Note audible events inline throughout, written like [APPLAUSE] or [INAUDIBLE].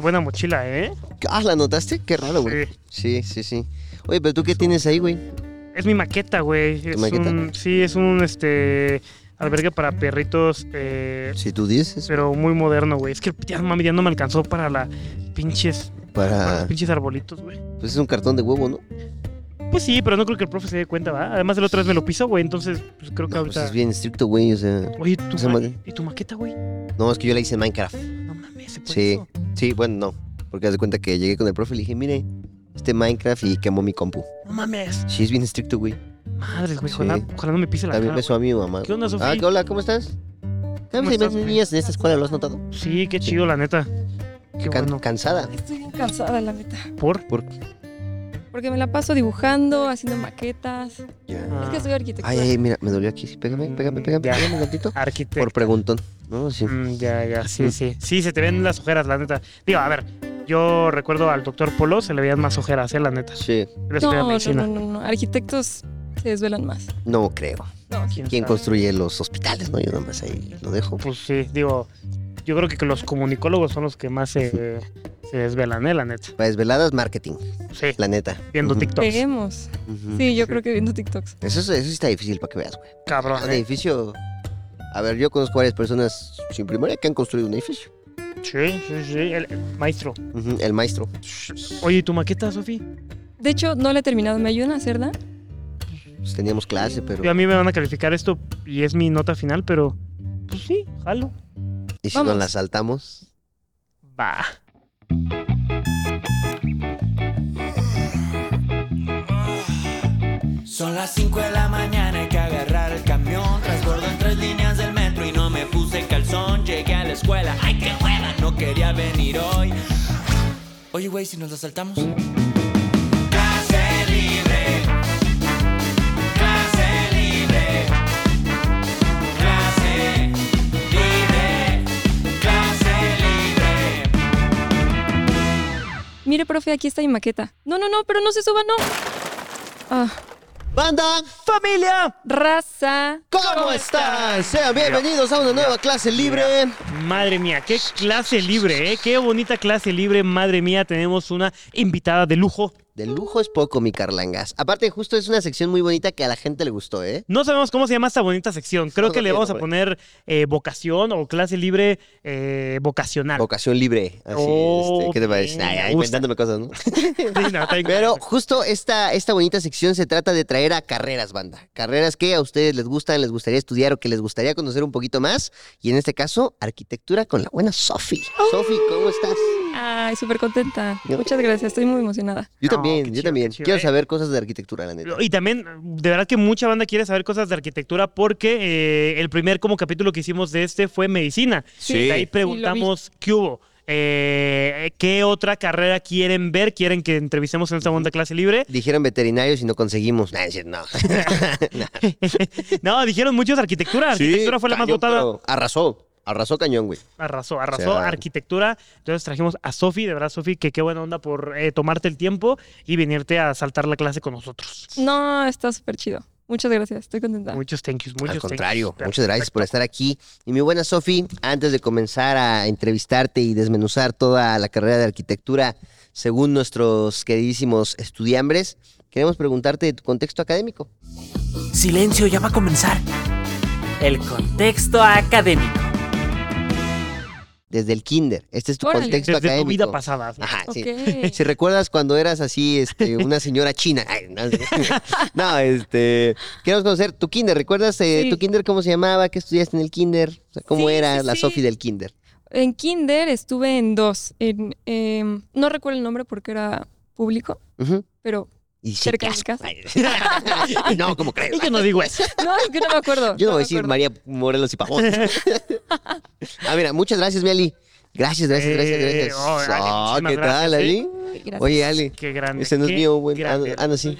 Buena mochila, ¿eh? Ah, ¿la notaste? Qué raro, güey. Sí, sí, sí. Oye, pero tú qué tienes ahí, güey? Es mi maqueta, güey. Es maqueta? un- sí, es un este albergue para perritos, eh, Si tú dices, pero muy moderno, güey. Es que ya, mami, ya no me alcanzó para la pinches, para los para. pinches arbolitos, güey. Pues es un cartón de huevo, ¿no? Pues sí, pero no creo que el profe se dé cuenta, ¿va? Además, de la otra vez me lo piso, güey. Entonces, pues creo que No, pues ahorita. es bien estricto, güey. O sea. Oye, ¿tu esa ma- madre. ¿y tu maqueta, güey? No, es que yo la hice en Minecraft. No mames, se puede Sí. eso? Sí, bueno, no. Porque haz de cuenta que llegué con el profe y le dije, mire, este Minecraft y quemó mi compu. No mames. Sí, es bien estricto, güey. Madres, güey. Sí. Ojalá, ojalá no me pise la También cara. besó a mi mamá. ¿Qué onda, Sofía? Ah, ¿qué- hola, ¿cómo estás? ¿Cómo ¿Sabes si estás, ves güey? niñas en esta escuela? ¿Lo has notado? güey. Sí, qué chido, la neta. Qué Can- bueno. Cansada. Estoy bien cansada, la neta. ¿Por? ¿Por Porque me la paso dibujando, haciendo maquetas. Ah. Es que soy arquitecta. Ay, ay, mira, me dolió aquí. Sí, Pégame, pégame, pégame, Ya. pégame un tantito. Arquitecto. Por preguntón. No, sí. Mm, ya, ya, sí, sí. Sí, se te ven las ojeras, la neta. Digo, a ver, yo recuerdo al doctor Polo, se le veían más ojeras, eh, la neta. Sí, Él estudia no, no, medicina. no, no, no. Arquitectos se desvelan más. no creo. ¿Quién sabe? construye los hospitales? No, yo nada más ahí lo dejo. Pues sí, digo, yo creo que los comunicólogos son los que más se, se desvelan, eh, la neta. Para desveladas, marketing, Sí, la neta. viendo Ujú, TikToks. Veremos. ujú. Sí, yo creo que viendo TikToks. Eso, es- eso sí está difícil para que veas, güey. Cabrón, Un eh. edificio. A ver, yo conozco varias personas sin primaria que han construido un edificio. Sí, sí, sí, el, el maestro. Ujú, El maestro. Oye, ¿y tu maqueta, Sofi? De hecho, no la he terminado. ¿Me ayudan a hacerla? Pues teníamos clase, A pero. mí me van a calificar esto y es mi nota final, pero pues sí, jalo. ¿Y si vamos. nos la saltamos? Va. Son las 5 de la mañana, hay que agarrar el camión. Transbordo en tres líneas del metro y no me puse calzón. Llegué a la escuela, ¡ay qué hueva! No quería venir hoy. Oye, güey, si nos lo saltamos. Clase libre. Clase libre. Clase libre. Clase libre. Mire, profe, aquí está mi maqueta. No, no, no, pero no se suba, no. Ah, ¡Banda! ¡Familia! raza. ¿Cómo están? Sean bienvenidos a una nueva clase libre. Madre mía, qué clase libre, ¿eh? Qué bonita clase libre, madre mía. Tenemos una invitada de lujo. De lujo es poco, mi Carlangas. Aparte, justo es una sección muy bonita que a la gente le gustó, ¿eh? No sabemos cómo se llama esta bonita sección. Creo No, que no le vamos a tiene, poner eh, vocación o clase libre eh, vocacional. Vocación libre. Así, Oh, este, ¿Qué te parece? me Ay, ay, gusta. inventándome cosas, ¿no? Sí, no, está [LAUGHS] bien. Pero justo esta, esta bonita sección se trata de traer a carreras, banda. Carreras que a ustedes les gustan, les gustaría estudiar o que les gustaría conocer un poquito más. Y en este caso, arquitectura con la buena Sofi. Sofi, ¿cómo estás? Ay, súper contenta. No. Muchas gracias, estoy muy emocionada. Yo No, también, qué yo chido, también. qué chido, Quiero eh. saber cosas de arquitectura, la neta. Y también, de verdad que mucha banda quiere saber cosas de arquitectura porque eh, el primer como capítulo que hicimos de este fue medicina. Sí. De ahí preguntamos qué hubo. Eh, ¿Qué otra carrera quieren ver? ¿Quieren que entrevistemos en esta bonita clase libre? Dijeron veterinarios y no conseguimos. Nah, es cierto, no. [LAUGHS] no, dijeron muchos arquitectura. Arquitectura fue la más Cañón, votada. pero Arrasó, arrasó cañón, güey. Arrasó, arrasó sea- arquitectura. Entonces trajimos a Sofi, de verdad, Sofi, que qué buena onda por eh, tomarte el tiempo y venirte a saltar la clase con nosotros. No, está súper chido. Muchas gracias, estoy contenta. Muchos thank yous, muchos Al thank yous. contrario, Perfecto. muchas gracias por estar aquí. Y mi buena Sofi, antes de comenzar a entrevistarte y desmenuzar toda la carrera de arquitectura, según nuestros queridísimos estudiambres, queremos preguntarte de tu contexto académico. Silencio, ya va a comenzar. El contexto académico. Desde el kinder, este es tu Órale. contexto Desde tu académico. vida pasada. ¿no? Ajá, [LAUGHS] sí. Ok. Si recuerdas cuando eras así, [LAUGHS] este, una señora china. Ay, no, [LAUGHS] no, este. Queremos conocer tu kinder. ¿Recuerdas eh, Sí. tu kinder cómo se llamaba? ¿Qué estudiaste en el kinder? O sea, ¿Cómo Sí, era sí, la sí. Sofi del kinder? En Kinder estuve en dos. En, em, no recuerdo el nombre porque era público, Ujú. pero Y sí, Cerca qué de mi asco. [LAUGHS] Ay, no, ¿cómo crees? Y yo no digo eso. no, es que no me [LAUGHS] acuerdo. Yo no voy a me decir acuerdo. María Morelos y [LAUGHS] Pavón. ah, mira, muchas gracias, mi Ali. Gracias, gracias, gracias, Eh, gracias. oh, Ali, Ah, muchísimas ¿qué tal, gracias, Ali? ¿sí? Gracias. Oye, Ali, Qué grande. ese no es qué mío, güey. Ah, grande. no- ah, no, sí.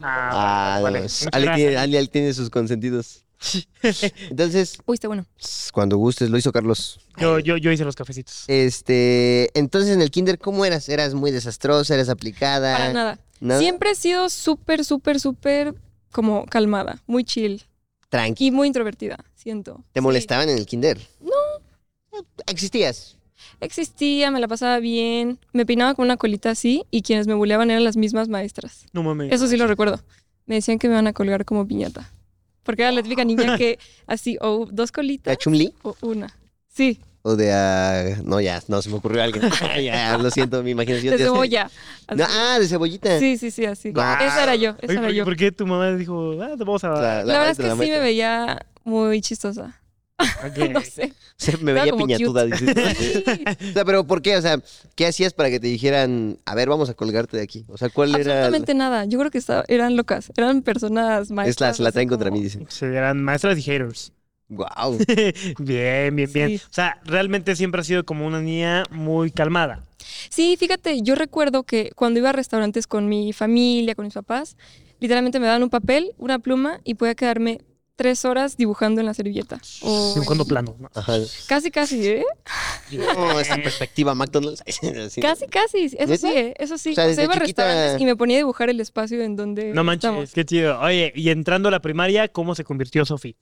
Ah, Ah, vale. no, es- Muchas Ali, gracias. tiene, Ali- Ali tiene sus consentidos. [LAUGHS] Entonces, Uy, está bueno. cuando gustes, lo hizo Carlos. Yo, yo, yo hice los cafecitos. Este, entonces en el kinder, ¿cómo eras? ¿Eras muy desastrosa? ¿Eras aplicada? Para nada. Ah, ¿Nada? Siempre he sido súper, súper, súper como calmada, muy chill Tranqui. y muy introvertida, siento. ¿Te Sí. molestaban en el kinder? No. Existías. Existía, me la pasaba bien, me peinaba con una colita así y quienes me buleaban eran las mismas maestras. No Mm. mames. Eso sí lo recuerdo. Me decían que me van a colgar como piñata. Porque era la típica [LAUGHS] niña que así, o dos ¿De a colitas Chumli? o una. Sí, ¿O de a.? No, ya, no, se me ocurrió alguien. [LAUGHS] Ah, ya, lo siento, mi imaginación. de ya- cebolla. [LAUGHS] No, Así. ah, de cebollita. Sí, sí, sí, así. Guau. Esa era yo, Oye, esa era ¿por, yo. por qué tu mamá dijo, ah, te vamos a... La, La verdad es maestra, que la sí me maestra. veía muy chistosa. [LAUGHS] Ok. [LAUGHS] No sé. Se- me Estaba veía como piñatuda, cute. [LAUGHS] dices. Sí. O sea, pero ¿por qué? O sea, ¿qué hacías para que te dijeran, a ver, vamos a colgarte de aquí? O sea, ¿cuál era? Absolutamente nada. Yo creo que estaba- eran locas. Eran personas Es maestras. la, se la así traen contra como- mí, dicen. Se eran maestras y haters. [LAUGHS] Wow. Bien, bien, bien. Sí. O sea, realmente siempre ha sido como una niña muy calmada. Sí, fíjate, yo recuerdo que cuando iba a restaurantes con mi familia, con mis papás, literalmente me daban un papel, una pluma y podía quedarme tres horas dibujando en la servilleta. O- Dibujando planos. ¿no? Ajá. Casi, casi, ¿eh? No, esta perspectiva McDonald's. [LAUGHS] Así. Casi, casi. Eso ¿Neta? sí, ¿eh? eso sí. O sea, desde iba a chiquita- restaurantes y me ponía a dibujar el espacio en donde No manches, estamos. qué chido. Oye, y entrando a la primaria, ¿cómo se convirtió Sofía?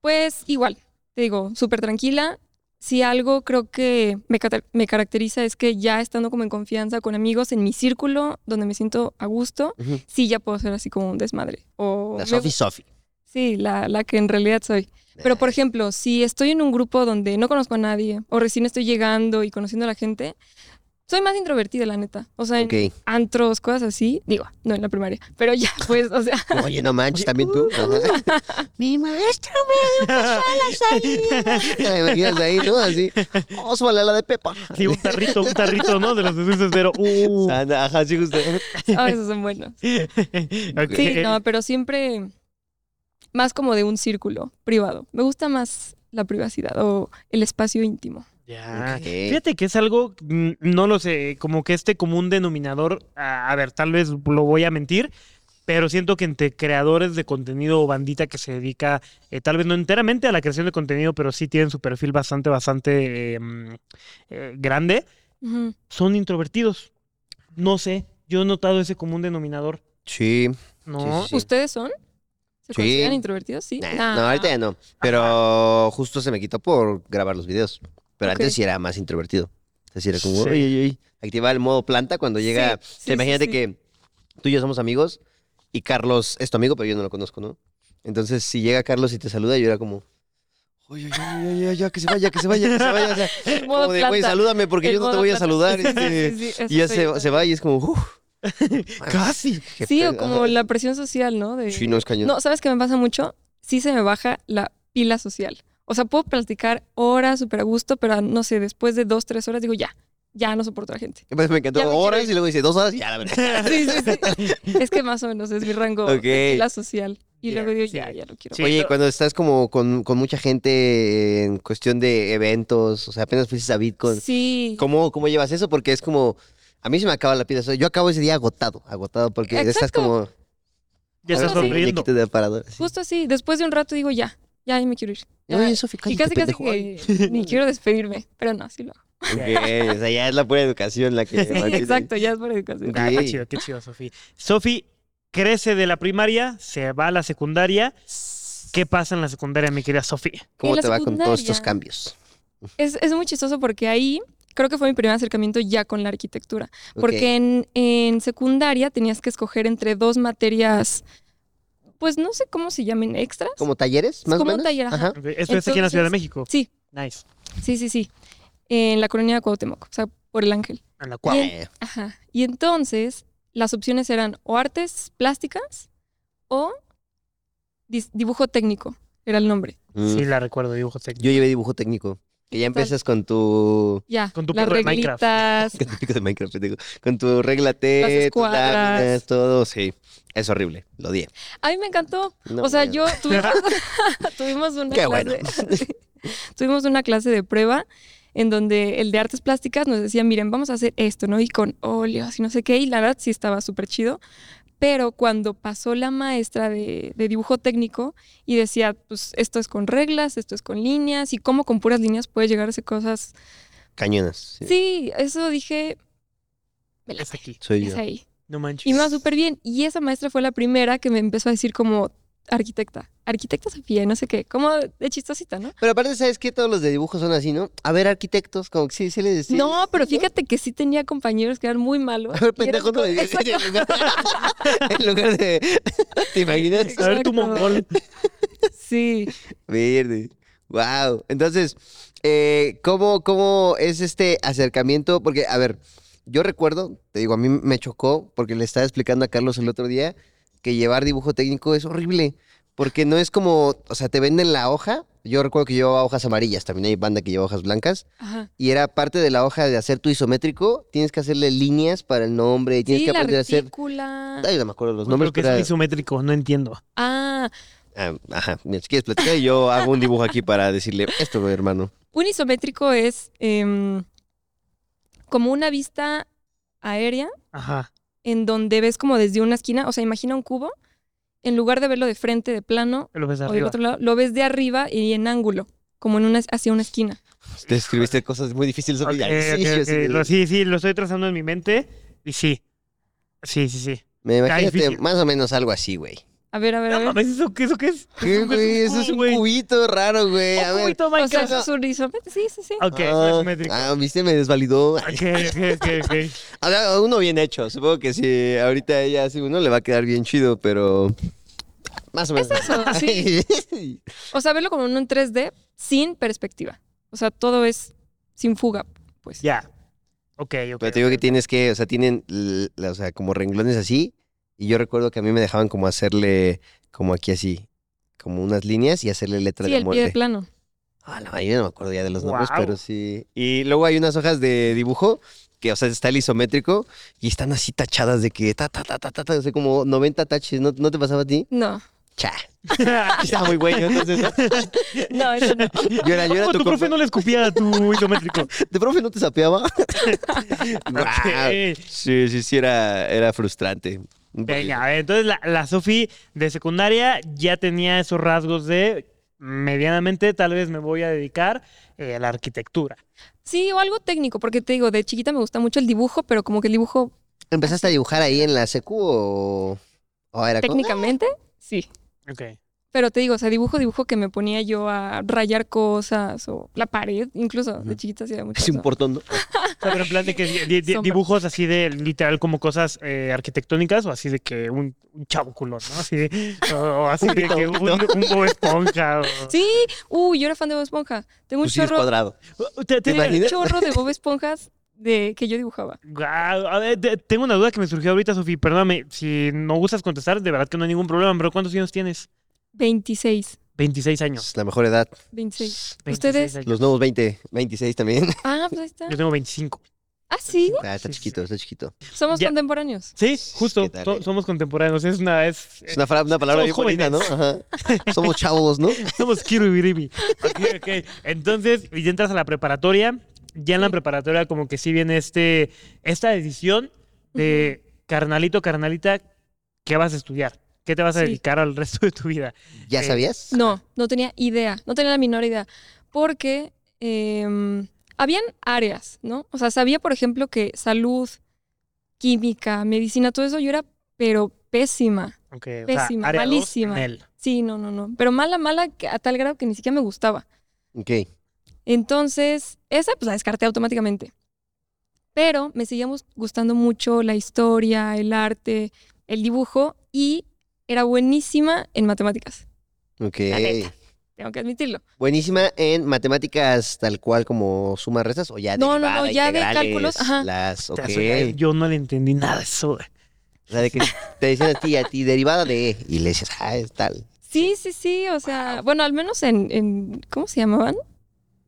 Pues igual, te digo, súper tranquila. Si algo creo que me, cata- me caracteriza es que ya estando como en confianza con amigos en mi círculo, donde me siento a gusto, Ujú. sí ya puedo ser así como un desmadre. O La me- Sophie Sophie. Sí, la, la que en realidad soy. Pero, por ejemplo, si estoy en un grupo donde no conozco a nadie o recién estoy llegando y conociendo a la gente, soy más introvertida, la neta. O sea, en Ok. antros, cosas así. Digo, no en la primaria, pero ya, pues, [LAUGHS] o sea, Oye, no manches, también tú. Ajá. Mi maestro [LAUGHS] me imaginas ahí, ¿no? Así. Osvaldo, la de Pepa. Sí, un tarrito, un tarrito, ¿no? De los de dulces, pero... Uh. Anda, ajá, sí, justo. a veces son buenos. Ok. [LAUGHS] Sí, no, pero siempre más como de un círculo privado. Me gusta más la privacidad o el espacio íntimo. Ya. Ok. Fíjate que es algo, mm, no lo sé, como que este común denominador, a, a ver, tal vez lo voy a mentir, pero siento que entre creadores de contenido o bandita que se dedica, eh, tal vez no enteramente a la creación de contenido, pero sí tienen su perfil bastante, bastante eh, mm, eh, grande, Ujú. son introvertidos. No sé, yo he notado ese común denominador, Sí. ¿no? Sí. ¿Ustedes son? ¿Se Sí. consideran introvertidos? Sí. Nah, Nah. No, ahorita ya no. Pero justo se me quitó por grabar los videos. Pero Ok. antes sí era más introvertido. Entonces sí era como, Sí. "Ey, ey, ey". Activaba el modo planta cuando llega. Sí, o sea, sí, imagínate sí, sí. que tú y yo somos amigos y Carlos es tu amigo, pero yo no lo conozco, ¿no? Entonces si llega Carlos y te saluda, yo era como. Oye, oye, oye, oye, que se vaya, que se vaya, que se vaya. [LAUGHS] O sea, El [LAUGHS] modo como de, güey, planta. salúdame porque El yo no te modo voy a planta. saludar. [LAUGHS] Sí, este, sí, sí, eso y ya soy se, yo se va y es como, [LAUGHS] uff. Casi. Sí, o como la presión social, ¿no? De- pues, Sí, no es cañón. No, ¿sabes qué me pasa mucho? Sí se me baja la pila social. O sea, puedo platicar horas súper a gusto, pero no sé, después de dos, tres horas digo ya, ya no soporto a la gente. Entonces pues, me encantó Ya me quiero horas ir. y luego dice dos horas y ya la verdad. Sí, sí, sí. [LAUGHS] es que más o menos es mi rango Ok. de pila social. Y Ya, luego digo, sí. ya, ya no quiero. Sí, Oye, to- cuando estás como con, con mucha gente en cuestión de eventos, o sea, apenas fuiste a Bitcoin, Sí. ¿cómo, ¿cómo llevas eso? Porque es como, a mí se me acaba la pila, o sea, yo acabo ese día agotado, agotado, porque estás Exacto. como... Ya estás agarras tu sonriendo. muñequito de parador. así. Justo así, después de un rato digo, ya, ya, ya me quiero ir. Ya. Oye, Sofi, y cállate, casi, casi pendejo. Ay. que [LAUGHS] ni quiero despedirme, pero no, sí lo hago. Ok, o sea, ya es la pura educación la que... [LAUGHS] Sí, exacto, ya es por educación. Ok. Ah, qué chido, qué chido, Sofi. Sofi crece de la primaria, se va a la secundaria. ¿Qué pasa en la secundaria, mi querida Sofi? ¿Cómo En la te va con todos estos secundaria. cambios? Es, es muy chistoso porque ahí creo que fue mi primer acercamiento ya con la arquitectura. Ok. Porque en, en secundaria tenías que escoger entre dos materias, pues no sé cómo se llamen, extras. ¿Como talleres, más Como o un menos? taller, ajá. Ok, Esto es aquí en la Ciudad de Entonces- México. Sí, Nice. sí, sí, sí. En la colonia de Cuauhtémoc, o sea, por el ángel. En la Guau. cual. Ajá. Y entonces las opciones eran o artes plásticas o dis- dibujo técnico, era el nombre. Mm. Sí, la recuerdo, dibujo técnico. Yo llevé dibujo técnico, que ya ¿Qué tal? empiezas con tu... [LAUGHS] Ya, Con tu las perro de Minecraft. reglitas. Con tu pico de Minecraft, te digo. Con tu regla T, Las tus escuadras. láminas, todo, sí. Es horrible, lo odié. A mí me encantó. No, o sea, bueno. [LAUGHS] yo tuvimos, [LAUGHS] tuvimos una Qué clase, [LAUGHS] bueno. tuvimos una clase de prueba en donde el de artes plásticas nos decía, miren, vamos a hacer esto, ¿no? Y con óleos y no sé qué, y la verdad sí estaba súper chido. Pero cuando pasó la maestra de, de dibujo técnico y decía, pues esto es con reglas, esto es con líneas, y cómo con puras líneas puede llegar a hacer cosas. Cañonas. Sí. Sí, eso dije, me la Es aquí. Soy es yo. ahí. No manches. Y me va súper bien. Y esa maestra fue la primera que me empezó a decir como, arquitecta, arquitecta Sofía, y no sé qué, como de chistosita, ¿no? Pero aparte, ¿sabes qué? Todos los de dibujos son así, ¿no? A ver, arquitectos, como que sí, sí les decía. no, pero fíjate que sí tenía compañeros que eran muy [LAUGHS] malos. A ver, y eran pendejo, no como- me digas. Exacto. En lugar, en lugar de. [LAUGHS] ¿Te imaginas? A ver, tu Exacto. mongol. Sí, Verde. Wow. Entonces, eh, ¿cómo, ¿cómo es este acercamiento? Porque, a ver, yo recuerdo, te digo, a mí me chocó porque le estaba explicando a Carlos el otro día que llevar dibujo técnico es horrible. Porque no es como, o sea, te venden la hoja. Yo recuerdo que llevaba hojas amarillas, también hay banda que lleva hojas blancas. ajá. Y era parte de la hoja de hacer tu isométrico. Tienes que hacerle líneas para el nombre, tienes Sí, que la aprender a hacer. retícula. Ay, no me acuerdo los Lo nombres. Pues que pero es era- isométrico, no entiendo. Ah, Ah, ajá, mira, si quieres platicar, yo hago un dibujo aquí para decirle esto, hermano. un isométrico es em, como una vista aérea Ajá. en donde ves como desde una esquina, o sea, imagina un cubo, en lugar de verlo de frente, de plano, Lo ves o del arriba. otro lado, lo ves de arriba y en ángulo, como en una, hacia una esquina. Te escribiste cosas muy difíciles. Ok, Sofía. ok, Sí, yo ok. sí que- Lo- Sí, sí, lo estoy trazando en mi mente. Y sí. Sí, sí, sí. Me está imagínate difícil. más o menos algo así, güey. A ver, a ver, a No ver. mames, ¿eso qué, eso qué [LAUGHS] es? ¿Qué, güey? Eso es un güey. cubito raro, güey. Eh, A Un ver. cubito O sea, Minecraft. eso es un isométrico. Sí, sí, sí. Ok, Ah, isométrico. ah, viste, me desvalidó. Ok, ok, ok, ok. A ver, a uno bien hecho. Supongo que si ahorita ella hace uno, le va a quedar bien chido, pero. Más o menos. eso, [LAUGHS] sí. O sea, verlo como en un 3D sin perspectiva. O sea, todo es sin fuga, pues. Ya. Ok, ok. Pero te digo ok, que ok. tienes que, o sea, tienen, l- la- o sea, como renglones así. Y yo recuerdo que a mí me dejaban como hacerle, como aquí así, como unas líneas y hacerle letra Sí, de el pie de muerte. plano. Ah, no, yo no me acuerdo ya de los nombres, Guau. pero sí. Y luego hay unas hojas de dibujo que, o sea, está el isométrico y están así tachadas de que ta, ta, ta, ta, ta, ta, o sea, como 90 taches. ¿No, no te pasaba a ti? No, Cha. [LAUGHS] Estaba muy bueno, entonces. no, [LAUGHS] eso no. Yo era, yo era ¿Cómo tu, tu profe no le escupía a tu isométrico? [LAUGHS] ¿De profe no te sapeaba? [LAUGHS] Guau. Ok. Sí, sí, sí, era, era frustrante. Un Venga, a ver, entonces la, la Sofi de secundaria ya tenía esos rasgos de medianamente tal vez me voy a dedicar eh, a la arquitectura. Sí, o algo técnico, porque te digo, de chiquita me gusta mucho el dibujo, pero como que el dibujo ¿Empezaste a dibujar ahí en la secu o, o era como- técnicamente, sí. Ok. Pero te digo, o sea, dibujo, dibujo que me ponía yo a rayar cosas o la pared, incluso de Ujú. chiquita hacía mucho. Es un eso. portón. ¿no? O sea, pero en plan de que di- di- Sombra. dibujos así de literal como cosas eh, arquitectónicas o así de que un, un chabuculón, ¿no? Así de- o, o así de que un, un Bob Esponja. o- Sí, uy, yo era fan de Bob Esponja. Tengo un Tú Pues sí eres chorro, cuadrado. Te- te- ¿Te imaginas? chorro [LAUGHS] de Bob Esponjas de que yo dibujaba. Guau, a ver, te- tengo una duda que me surgió ahorita, Sofi. Perdóname, si no gustas contestar, de verdad que no hay ningún problema, pero ¿cuántos años tienes? 26, 26 años. Es la mejor edad. 26. 26 ¿Ustedes? años. Los nuevos 20, 26 [LAUGHS] también. Ah, pues ahí está. Yo tengo 25. Ah, sí, Ah, está Sí, sí, chiquito, está chiquito. somos Ya. contemporáneos. Sí, justo. ¿qué tal, to- eh? somos contemporáneos. Es una. Es, Es una, fra- una palabra bien Somos bonita, ¿no? Ajá. Somos chavos, ¿no? somos Kiru y Biribi. Ok, ok. Entonces, y ya entras a la preparatoria. Ya en la Sí. preparatoria, como que sí viene este, esta decisión de carnalito, carnalita, ¿qué vas a estudiar? ¿Qué te vas a Sí. dedicar al resto de tu vida? ¿Ya Eh, sabías? No, no tenía idea, no tenía la menor idea, porque em, habían áreas, ¿no? O sea, sabía, por ejemplo, que salud, química, medicina, todo eso, yo era, pero pésima. Ok, Pésima, área dos, malísima. Nel. Sí, no, no, no. Pero mala, mala, que- a tal grado que ni siquiera me gustaba. Ok. Entonces, esa pues la descarté automáticamente. Pero me seguíamos gustando mucho la historia, el arte, el dibujo y era buenísima en matemáticas, Ok. La neta. tengo que admitirlo. Buenísima en matemáticas tal cual como sumas, restas o ya No, no, no, derivada, ya de integrales, cálculos, ajá. Las, ok. Te aseguro, Yo no le entendí nada de eso. güey. O sea, de que te decían a ti, a ti, derivada de... Y le decías, ah, es tal. Sí, sí, sí, o sea, bueno, al menos en, en- ¿cómo se llamaban?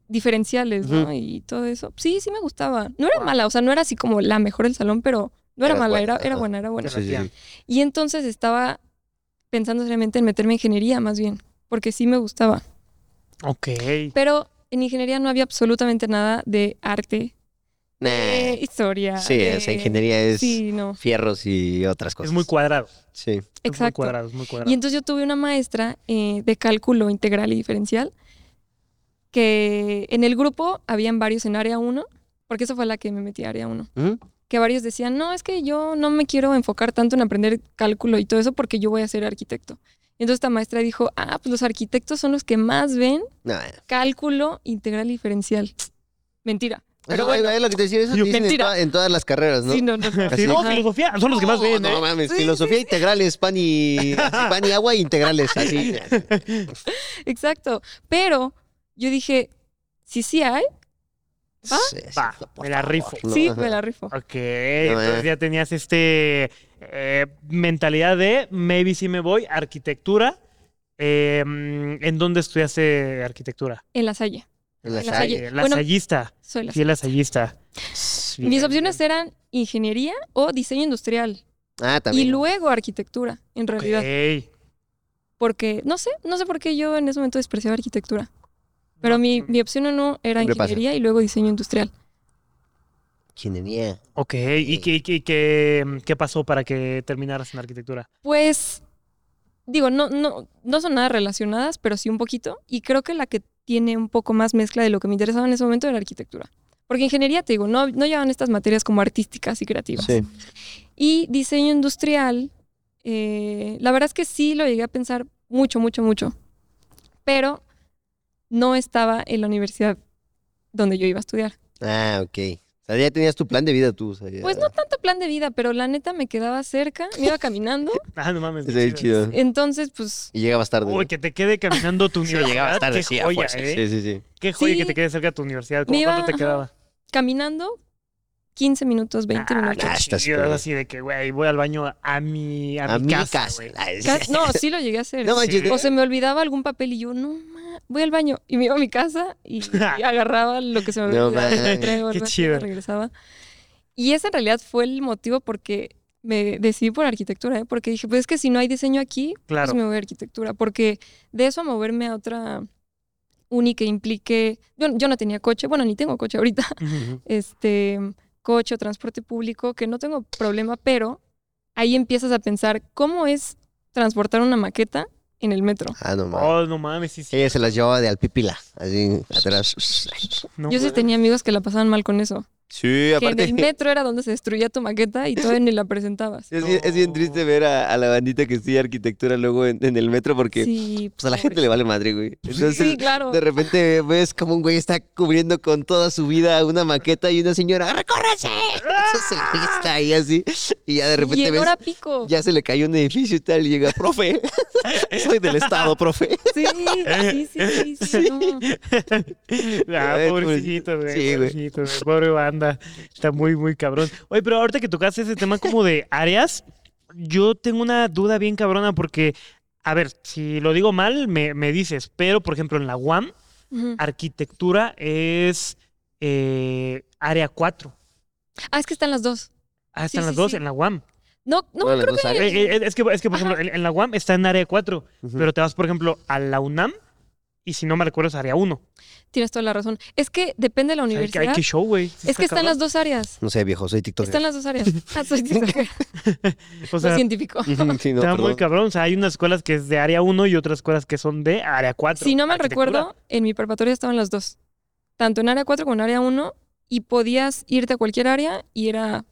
Diferenciales, Ujú. ¿no? Y todo eso. Sí, sí me gustaba. No era Wow. mala, o sea, no era así como la mejor del salón, pero no era Eras mala, buena, era, era ajá. buena, era buena. Sí, sí, sí. Y entonces estaba pensando seriamente en meterme en ingeniería más bien, porque sí me gustaba. Ok. Pero en ingeniería no había absolutamente nada de arte, Nah. de historia. Eh. Sí, de- o sea, ingeniería es Eh, Sí, no, fierros y otras cosas. Es muy cuadrado. Sí. Es muy exacto. cuadrado, es muy cuadrado. Y entonces yo tuve una maestra eh, de cálculo integral y diferencial que en el grupo habían varios en área 1, porque esa fue la que me metí a área 1, Ujú. que varios decían, no, es que yo no me quiero enfocar tanto en aprender cálculo y todo eso porque yo voy a ser arquitecto. Entonces esta maestra dijo, ah, pues los arquitectos son los que más ven No, bueno. cálculo integral diferencial. Mentira. Pero bueno, es lo que te decía, eso Yo- dicen en Mentira. toda- en todas las carreras, ¿no? Sí, no, no, no. [LAUGHS] Así Sí, no, Ajá. filosofía, son los que más No, ven. no ¿eh? mames, Sí, filosofía integrales, pan y, así, pan y agua integrales, así. Exacto. Pero yo dije, si sí hay, ¿Va? Sí, sí, Ah, Va, por me la favor, rifo. ¿no? sí, Ajá. me la rifo. Ok, entonces ya tenías este eh, mentalidad de maybe si me voy, arquitectura. Eh, mm, ¿En dónde estudiaste arquitectura? Eh, En la salle. En la La calle. Salle. La Bueno, sayista. Soy la Sí, la sayista. Mis opciones eran ingeniería o diseño industrial. Ah, también. Y luego arquitectura, en realidad. Ok. Porque, no sé, no sé por qué yo en ese momento despreciaba arquitectura. Pero No, mi, mm. mi opción uno era Siempre pasa. ingeniería y luego diseño industrial. Ingeniería. Ok, ¿y qué, qué- qué- qué pasó para que terminaras en arquitectura? [LAUGHS] Pues, digo, no, no, no son nada relacionadas, pero sí un poquito. Y creo que la que tiene un poco más mezcla de lo que me interesaba en ese momento era arquitectura. Porque ingeniería, te digo, no, no llevan estas materias como artísticas y creativas. Y diseño industrial, eh, la verdad es que sí lo llegué a pensar mucho, mucho, mucho. Pero no estaba en la universidad donde yo iba a estudiar. Ah, ok. O sea, ya tenías tu plan de vida tú. o sea, ya- Pues no tanto plan de vida, pero la neta me quedaba cerca, me iba caminando. Ah, no mames. Es ahí chido. Entonces, pues Y llegabas tarde. Uy, que te quede caminando tu [LAUGHS] Sí, universidad. llegabas tarde, qué sí, a joya, fuerza. ¿eh? Sí, sí, sí. Qué joya que Sí. te quede cerca de tu universidad. ¿Cómo Me iba- cuánto te ajá, quedaba? caminando 15 minutos, 20 Ah, minutos. qué estás chido, súper. así de que, güey, voy al baño a mi, a mi A mi casa, casa. güey. la- Ca- No, sí lo llegué a hacer. No manches. Sí. O se me olvidaba algún papel y yo, no, ma, voy al baño. Y me iba a mi casa [LAUGHS] y, y agarraba lo que se me No olvidaba. mames. me traigo al Qué baño, chido. Regresaba. Y ese en realidad fue el motivo porque me decidí por arquitectura, ¿eh? porque dije, pues es que si no hay diseño aquí, Claro. pues me voy a arquitectura. Porque de eso a moverme a otra uni que implique... Yo, yo no tenía coche, bueno, ni tengo coche ahorita. [LAUGHS] Ujú. Este, coche o transporte público, que no tengo problema, pero ahí empiezas a pensar cómo es transportar una maqueta en el metro. Ah, no mames. Oh, no mames, sí, sí. Ella se las llevaba de alpipila, [LAUGHS] así atrás. no Yo sí mames. tenía amigos que la pasaban mal con eso. Sí, Que en el metro era donde se destruía tu maqueta y todavía ni la presentabas. [LAUGHS] Es bien, es bien triste ver a, a la bandita que estudia arquitectura luego en, en el metro porque Sí, pues a la gente le vale madre, güey. Entonces, Sí, claro. de repente ves como un güey está cubriendo con toda su vida una maqueta y una señora, ¡recórrese! Entonces el güey está ahí así y ya de Y repente en ves, hora pico. ya se le cayó un edificio y tal y llega, profe, [LAUGHS] soy del estado, profe. Sí, sí, [LAUGHS] sí, sí, no. [LAUGHS] Ah, Ay, pobrecito, güey. Eh, pues, sí, güey. pobrecito, güey, Pobre banda. Está muy, muy cabrón. Oye, pero ahorita que tocaste ese tema como de áreas, yo tengo una duda bien cabrona porque, a ver, si lo digo mal, me, me dices, pero por ejemplo en la UAM, Ujú. arquitectura es eh, área 4. Ah, es que están las dos. Ah, están Sí, las sí, dos sí. en la UAM. No, [LAUGHS] no, Bueno, las creo dos que... Eh, áreas. eh, Es que, es que por ejemplo, en, en la UAM está en área 4, Ujú. pero te vas, por ejemplo, a la UNAM y si no me recuerdo es área 1. O Tienes toda la razón. Es que depende de la sea, hay que- hay universidad. que show, güey. Sí Es que están cabrón. las dos áreas. No sé, viejo, soy TikTok. Están las dos áreas. Ah, soy TikToker, O sea, lo científico. [LAUGHS] sí, no, Está perdón. muy cabrón. O sea, hay unas escuelas que es de área 1 y otras escuelas que son de área 4. Si no me Arquitectura. recuerdo, en mi preparatoria estaban las dos. Tanto en área 4 como en área 1 y podías irte a cualquier área y era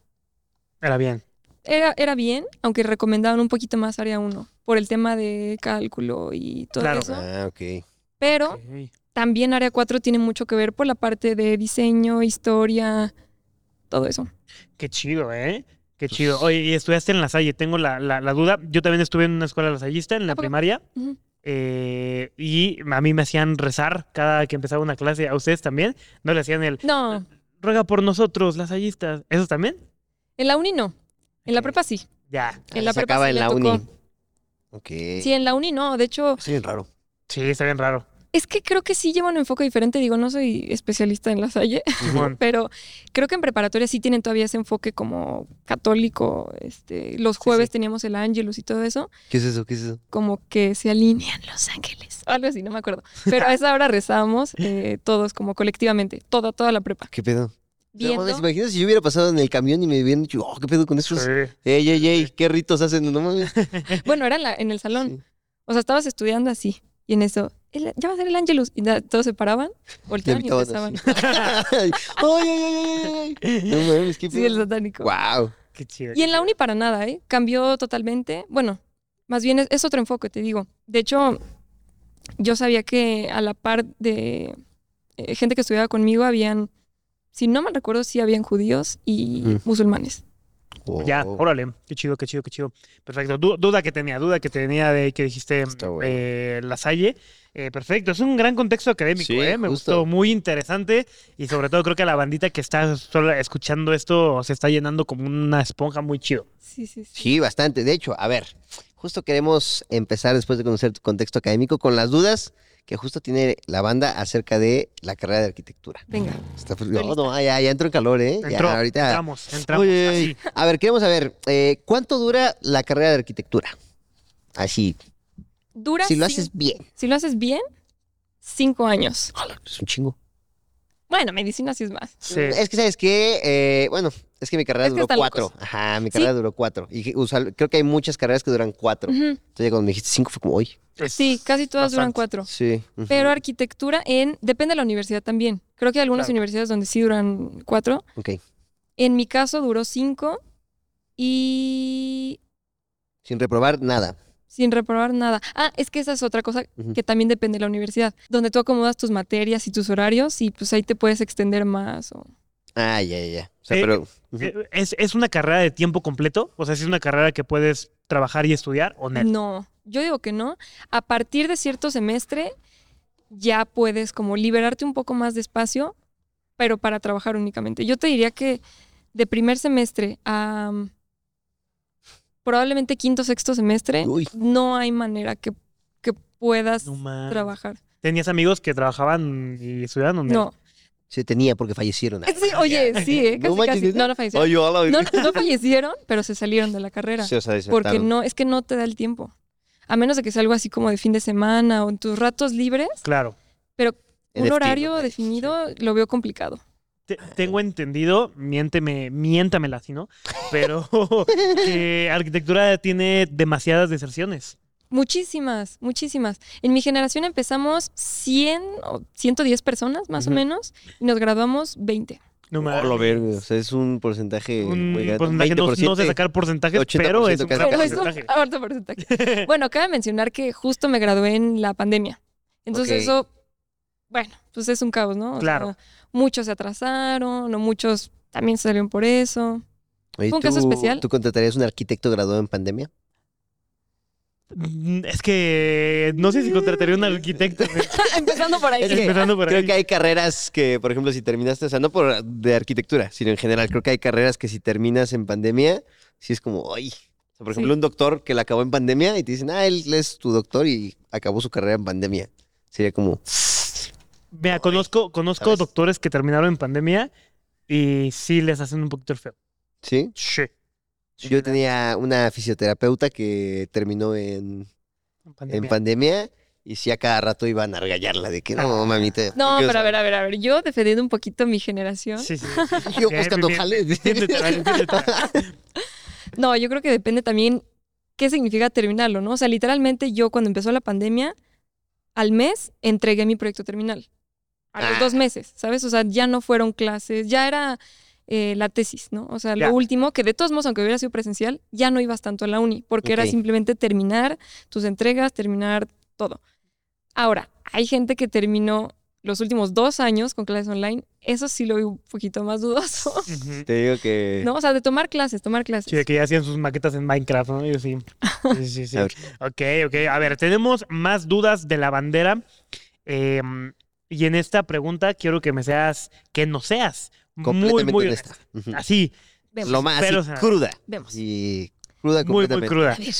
Era bien. era, era bien, aunque recomendaban un poquito más área 1 por el tema de cálculo y todo Claro. eso. Ah, ok. Pero Ok. también área 4 tiene mucho que ver por la parte de diseño, historia, todo eso. Qué chido, ¿eh? Qué Pues chido. Oye, y estudiaste en La Salle, tengo la, la- la duda. Yo también estuve en una escuela lasallista en la ¿A poco? primaria Ujú. eh, y a mí me hacían rezar cada que empezaba una clase. ¿A ustedes también? ¿No le hacían el No, ruega por nosotros, lasallistas? ¿Esos también? en la uni no. En la Ok. prepa sí. Ya. En la se prepa acaba sí en me la tocó. uni. Ok. Sí, en la uni no. De hecho, Está bien raro. Sí, está bien raro. [LAUGHS] es que creo que sí lleva un enfoque diferente. Digo, no soy especialista en la salle, Simón. [LAUGHS] pero creo que en preparatoria sí tienen todavía ese enfoque como católico. Este, los Sí, jueves sí. teníamos el Ángelus y todo eso. ¿Qué es eso? ¿Qué es eso? como que se alinean los ángeles, [LAUGHS] o algo así, no me acuerdo. Pero a esa hora rezamos eh, todos, como colectivamente, toda, toda la prepa. ¿Qué pedo? No, Viendo, mames, imagina si yo hubiera pasado en el camión y me hubieran dicho, oh, ¿qué pedo con Sí. esos? Ey, ey, ey, qué ritos hacen, no mames. bueno, era en, la- en el salón, Sí. o sea, estabas estudiando así, y en eso, "El- ya va a ser el ángelus, y ya todos se paraban, volteaban y Levitaban empezaban. [LAUGHS] así. [LAUGHS] ay, ay, ay, ay, ay. No mames, qué Sí, el pedo. satánico. Wow. Qué chido. Y en la uni para nada, ¿eh? Cambió totalmente, bueno, Más bien es, es otro enfoque, te digo. De hecho, yo sabía que a la par de eh, gente que estudiaba conmigo habían, si no mal recuerdo, sí habían judíos y Mm. musulmanes. Ya, Wow. órale. Qué chido, qué chido, qué chido. Perfecto. Du- duda que tenía, duda que tenía de que dijiste Está bueno. eh, la Salle. Eh, perfecto. Es un gran contexto académico, Sí, ¿eh? Me justo. gustó. Muy interesante. Y sobre todo creo que a la bandita que está sola escuchando esto se está llenando como una esponja muy chido. Sí, sí, sí. Sí, bastante. De hecho, a ver, justo queremos empezar después de conocer tu contexto académico con las dudas que justo tiene la banda acerca de la carrera de arquitectura. Venga. Está frío. No, Estoy no, ya, ya entró en calor, ¿eh? Ya, Entró, ahorita. entramos, entramos. Uy, uy, uy. así. A ver, queremos saber, eh, ¿cuánto dura la carrera de arquitectura? Así, Dura si lo cin- haces bien. Ah, si lo haces bien, cinco años. Es un chingo. Bueno, medicina sí es más. Sí. Es que, ¿sabes qué? Eh, bueno, es que mi carrera Es que duró están cuatro. locos. Ajá, mi carrera duró cuatro. Y que usual- creo que hay muchas carreras que duran cuatro. Ujú. Entonces, ya cuando me dijiste cinco, fue como hoy. Es- Sí, casi todas duran bastante. cuatro. Sí. ujú. Pero arquitectura en, depende de la universidad también. Creo que hay algunas Claro. universidades donde sí duran cuatro. Ok. En mi caso duró cinco y Sin reprobar nada. sin reprobar nada. Ah, es que esa es otra cosa Ujú. que también depende de la universidad, donde tú acomodas tus materias y tus horarios y pues ahí te puedes extender más. o- Ah, ya, ya, ya. O sea, Eh, pero. Eh, ¿Es, ¿Es una carrera de tiempo completo? O sea, si es una carrera que puedes trabajar y estudiar o no. No, yo digo que no. A partir de cierto semestre ya puedes como liberarte un poco más de espacio, pero para trabajar únicamente. Yo te diría que de primer semestre a mm, probablemente quinto, sexto semestre, Uy. no hay manera que, que puedas No mames. trabajar. ¿Tenías amigos que trabajaban y estudiaban o no? No. Se tenía porque fallecieron. Sí, oye, sí, ¿eh? No casi, manches, casi. ¿neta? No, no fallecieron. Ay, hola, No, no, no fallecieron, pero se salieron de la carrera. Sí, o sea, Porque desertaron. no, es que no te da el tiempo. A menos de que sea algo así como de fin de semana o en tus ratos libres, Claro. un NFT, horario ¿no? definido lo veo complicado. Te- tengo entendido, miénteme, miéntamela si no, [LAUGHS] pero que arquitectura tiene demasiadas deserciones. Muchísimas, muchísimas. En mi generación empezamos 100 o 110 personas más Ujú. o menos y nos graduamos 20. No me Por lo ver, o sea, es un porcentaje. un muy grande. porcentaje, no, no 20%. sé sacar porcentajes, 80% pero es un casi. gran Pero es un Ah. porcentaje. alto porcentaje. Bueno, cabe mencionar que justo me gradué en la pandemia. Entonces Ok. eso, bueno, pues es un caos, ¿no? O Claro. sea, muchos se atrasaron o muchos también salieron por eso. Oye, Fue un caso ¿tú- especial. ¿Tú contratarías un arquitecto graduado en pandemia? Mm, Es que no sé si contrataría un arquitecto. Empezando por [LAUGHS] ahí. Es que empezando por Creo ahí. que hay carreras que, por ejemplo, si terminaste, o sea, no por de arquitectura, sino en general, creo que hay carreras que si terminas en pandemia, sí es como, ay. O sea, por ejemplo, Sí. un doctor que la acabó en pandemia y te dicen, ah, él es tu doctor y acabó su carrera en pandemia. Sería como, Mira, conozco, conozco ¿sabes? doctores que terminaron en pandemia y sí les hacen un poquito el feo. ¿sí? Sí. Yo tenía una fisioterapeuta que terminó En en, en pandemia. pandemia y sí a cada rato iban a regallarla de que no, mamita. Ah. No, yo- pero a ver, a ver, a ver. Yo defendiendo un poquito mi generación. Sí, sí. [LAUGHS] Yo Bien, buscando bien, jales. Entiéndetela, entiéndetela. No, yo creo que depende también qué significa terminarlo, ¿no? O sea, literalmente yo cuando empezó la pandemia, al mes entregué mi proyecto terminal. A los Ah. dos meses, ¿sabes? O sea, ya no fueron clases, ya era eh, la tesis, ¿no? O sea, Ya. lo último, que de todos modos, aunque hubiera sido presencial, ya no ibas tanto a la uni, porque era Ok. simplemente terminar tus entregas, terminar todo. Ahora, hay gente que terminó los últimos dos años con clases online, eso sí lo veo un poquito más dudoso, [LAUGHS] Ujú. [LAUGHS] Te digo que... ¿no? O sea, de tomar clases, tomar clases. Sí, de que ya hacían sus maquetas en Minecraft, ¿no? Yo sí. Sí, sí, sí. [LAUGHS] A ver. Ok, ok. A ver, tenemos más dudas de la bandera. Eh, y en esta pregunta quiero que me seas, que no seas. Muy, Completamente muy honesta. Ujú. Así, Vemos, Lo más así, Pero, o sea, cruda. vemos. Y cruda muy, completamente. muy cruda. A ver.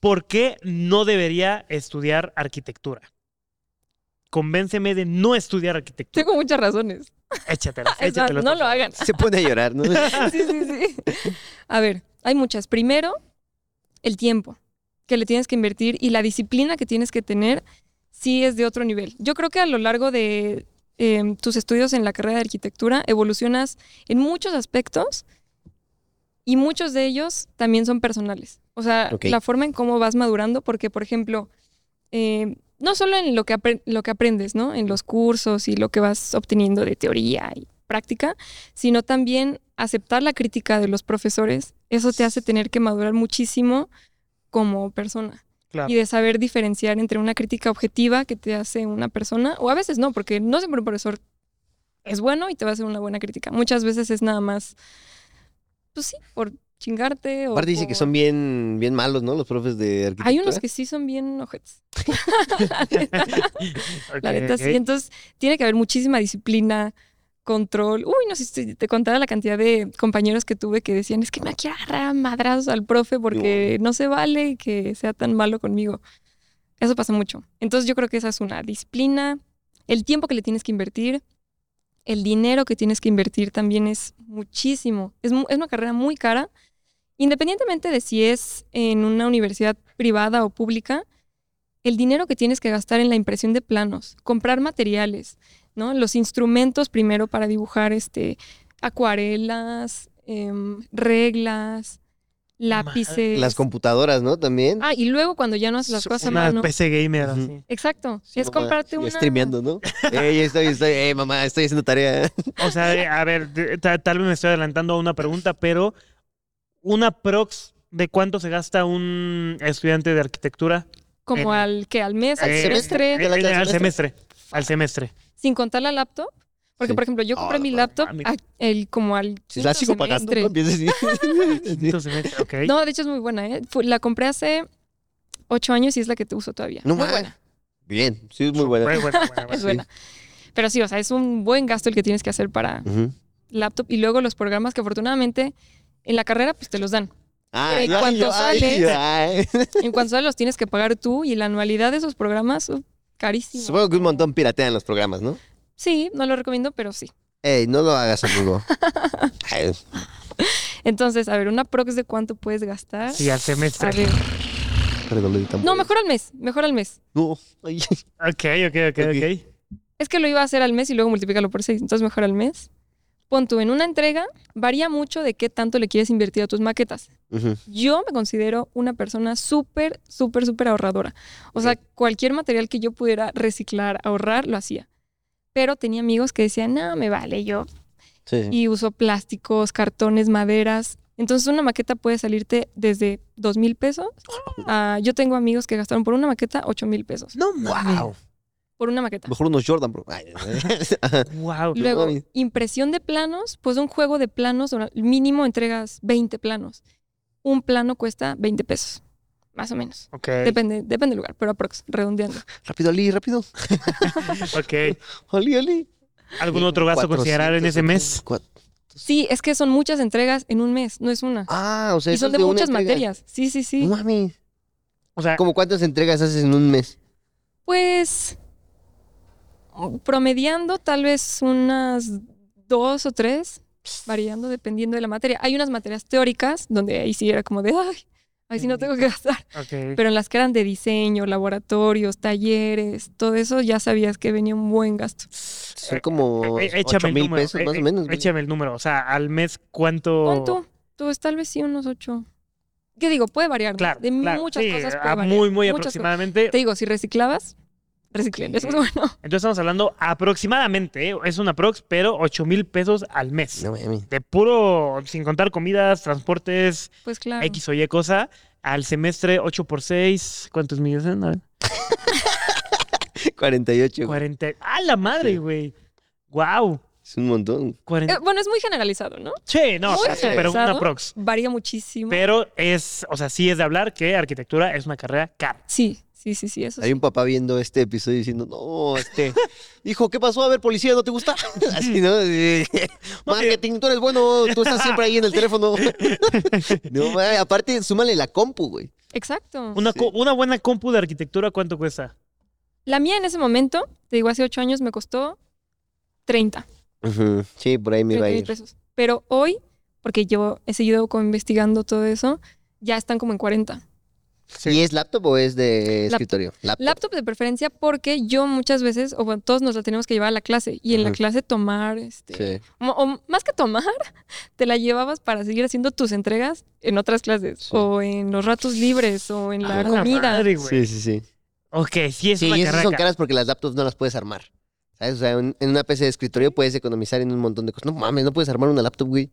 ¿Por qué no debería estudiar arquitectura? Convénceme de no estudiar arquitectura. [LAUGHS] Tengo muchas razones. Échatela, Es más, échatela. no lo [LAUGHS] hagan. Se pone a llorar, [LAUGHS] ¿no? Sí, sí, sí. A ver, hay muchas. Primero, el tiempo que le tienes que invertir y la disciplina que tienes que tener sí es de otro nivel. Yo creo que a lo largo de eh, tus estudios en la carrera de arquitectura evolucionas en muchos aspectos y muchos de ellos también son personales. O sea, Ok. la forma en cómo vas madurando, porque, por ejemplo, eh, no solo en lo que, apre- lo que aprendes, ¿no? En los cursos y lo que vas obteniendo de teoría y práctica, sino también aceptar la crítica de los profesores. Eso te hace tener que madurar muchísimo como Ah. persona Claro. y de saber diferenciar entre una crítica objetiva que te hace una persona, o a veces no, porque no siempre un profesor es bueno y te va a hacer una buena crítica. Muchas veces es nada más, pues sí, por chingarte. O Aparte dice que por- son ¿eh? bien, bien malos, ¿no? Los profes de arquitectura. Hay unos que sí son bien ojetes, la Ok, neta ok. sí. Entonces tiene que haber muchísima disciplina, control. Uy, no sé si te contara la cantidad de compañeros que tuve que decían, es que me quiero agarrar a madrazos al profe porque no se vale que sea tan malo conmigo. Eso pasa mucho. Entonces yo creo que esa es una disciplina, el tiempo que le tienes que invertir, el dinero que tienes que invertir también es muchísimo. Es, mu- es una carrera muy cara, independientemente de si es en una universidad privada o pública, el dinero que tienes que gastar en la impresión de planos, comprar materiales, ¿no? Los instrumentos primero para dibujar este, acuarelas, em, reglas, lápices. Las computadoras, ¿no? También. Ah, y luego cuando ya no haces las Sí, cosas a Una mano. PC gamer Ujú. así. Exacto. Sí, es mamá, comprarte ya una. streameando, [LAUGHS] ¿no? Ey, estoy, estoy, ey, mamá, estoy haciendo tarea. O sea, eh, a ver, de- ta- tal vez me estoy adelantando a una pregunta, pero una prox de cuánto se gasta un estudiante de arquitectura Como Eh, al que al mes, al eh, semestre, Eh, eh, al semestre, al semestre. sin contar la laptop. Porque, Sí. por ejemplo, yo Ah, compré la mi madre. Ah, laptop mira. a- el, como al. Si [LAUGHS] la quinto sigo pagando, semestre. no empieces [LAUGHS] así. Quinto semestre, ok. No, de hecho es muy buena, ¿eh? Fue- la compré hace ocho años y es la que te uso todavía. No muy más. buena. Bien, sí, es muy buena. [LAUGHS] Bueno, bueno, bueno, bueno. Ah. [LAUGHS] Es buena. Pero sí, o sea, es un buen gasto el que tienes que hacer para Mm. Ujú. laptop y luego los programas que afortunadamente en la carrera pues te los dan. Ah, Pero ay, ¿cuánto yo- ay, sale? ay. En cuanto a los tienes que pagar tú y la anualidad de esos programas, uh, carísimo. Supongo que un montón piratean los programas, ¿no? Sí, no lo recomiendo, pero sí. Ey, no lo hagas, [LAUGHS] amigo. Ay, Entonces, a ver, una prox de cuánto puedes gastar. Sí, al A semestre. ver. redoble de tambores. No, mejor al mes, mejor al mes. No, ay, Ok, ok, ok, ok. Es que lo iba a hacer al mes y luego multiplícalo por seis, entonces mejor al mes. Pon tú, en una entrega varía mucho de qué tanto le quieres invertir a tus maquetas. ujú. Yo me considero una persona súper, súper, súper ahorradora. O sea, cualquier material que yo pudiera reciclar, ahorrar, lo hacía. Pero tenía amigos que decían, no, me vale, yo Sí, sí. y uso plásticos, cartones, maderas. Entonces una maqueta puede salirte desde dos mil pesos. a- yo tengo amigos que gastaron por una maqueta ocho mil pesos. No Wow. Por una maqueta. Mejor unos Jordan, bro. Ay, ay. Wow. Luego, mames. impresión de planos, pues un juego de planos, dura- mínimo entregas 20 planos. Un plano cuesta 20 pesos, más o menos. Ok, Depende, depende del lugar, pero aprox, redondeando. [LAUGHS] rápido, Ali, rápido. ok. Ali, Ali. ¿Algún otro gasto a considerar en ese mes? 484. Sí, es que son muchas entregas en un mes, no es una. Ah, o sea, y eso son es de, una muchas entrega. materias. Sí, sí, sí. No mames. O sea, ¿Cómo cuántas entregas haces en un mes? Pues promediando tal vez unas dos o tres, variando dependiendo de la materia. Hay unas materias teóricas donde ahí sí era como de, ay, ahí sí no tengo que gastar. ok. Pero en las que eran de diseño, laboratorios, talleres, todo eso, ya sabías que venía un buen gasto. Son como Eh, eh, 8 échame el mil número. pesos, eh, más eh, o menos. güey. Échame el número. O sea, al mes, ¿cuánto? ¿Cuánto? Pues tal vez sí unos ocho. ¿Qué digo? Puede variar. ¿no? Claro. de claro, muchas sí, cosas. Puede a variar, muy, muy muchas cosas. aproximadamente. Te digo, si reciclabas, reciclen. Eso es [LAUGHS] bueno. Entonces estamos hablando aproximadamente, ¿eh? es una prox, pero 8 mil pesos al mes. No mames. De puro, sin contar comidas, transportes, Pues claro. X o Y cosa. Al semestre 8 por 6, ¿cuántos millones son? A ver, 48. güey. 40. ¡Ah, la madre, Sí. güey! ¡Wow! Es un montón. 40. Eh, bueno, es muy generalizado, ¿no? Sí, no, muy o sea, pero una generalizado. prox. Varía muchísimo. Pero es, o sea, sí es de hablar que arquitectura es una carrera cara. Sí, sí, sí, sí, eso Hay sí. un papá viendo este episodio diciendo, no, este, hijo, ¿qué pasó? A ver, policía, ¿no te gusta? Así, ¿no? Sí. [LAUGHS] Marketing, tú eres bueno, tú estás siempre ahí en el teléfono. [LAUGHS] no, mames, aparte, súmale la compu, güey. Exacto. Una, Sí. co- una buena compu de arquitectura, ¿cuánto cuesta? La mía en ese momento, te digo, hace ocho años me costó 30. Ujú, Sí, por ahí me iba a 30 mil ir. pesos. Pero hoy, porque yo he seguido como investigando todo eso, ya están como en 40. ¿Y es laptop o es de Laptop. escritorio? Laptop. Laptop de preferencia porque yo muchas veces, o bueno, todos nos la tenemos que llevar a la clase y en la Ujú. clase tomar, este, Sí. mo- o más que tomar, [LAUGHS] te la llevabas para seguir haciendo tus entregas en otras clases Sí. o en los ratos libres o en la Ah, comida. madre, güey. sí, sí, sí. Ok, sí es Sí, una y esas carrera son cara. caras porque las laptops no las puedes armar. ¿Sabes? O sea, un- en una PC de escritorio puedes economizar en un montón de cosas. No mames, no puedes armar una laptop, güey.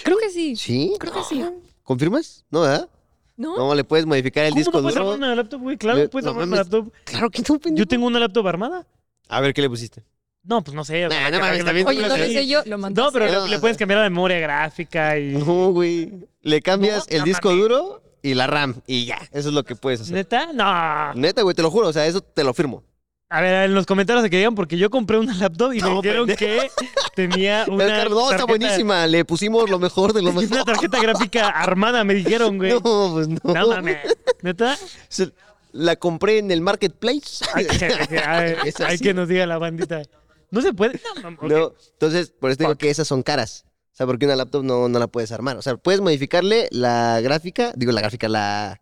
Creo que sí. ¿Sí? Creo que sí. ¿Confirmas? No, ¿verdad? ¿No? No, le puedes modificar el ¿Cómo disco no puedes duro. armar una laptop, güey? Claro, Le- que puedes no armar una mames. laptop. Claro que no, pendejo. Yo tengo una laptop armada. A ver, ¿qué le pusiste? No, pues no sé. o Nah, sea, no que- mames, que- también Oye, no lo lo sé. sé yo, lo mandas. No, pero No, le- o le, sea- puedes cambiar la memoria gráfica y. No, güey. Le cambias No, el no disco mames. duro y la RAM y ya. Eso es lo que puedes hacer. ¿Neta? No. A Neta, güey, te lo juro. O sea, eso te lo firmo. ver, en los comentarios se que digan, porque yo compré una laptop y me No, dijeron que [LAUGHS] tenía Pero, una. Carlos, no, está tarjeta- [LAUGHS] buenísima. Le pusimos lo mejor [LAUGHS] de lo Una mejor. tarjeta gráfica armada, me dijeron, güey. [LAUGHS] No, pues no. No mames. ¿Neta? Se- La compré en el marketplace. Hay que, hay que- hay- [LAUGHS] Es hay así. que nos diga la bandita. No se puede. No, mam- ok. No, entonces, por eso te digo que esas son caras. O sea, porque una laptop no, no la puedes armar. O sea, puedes modificarle la gráfica, digo la gráfica, la,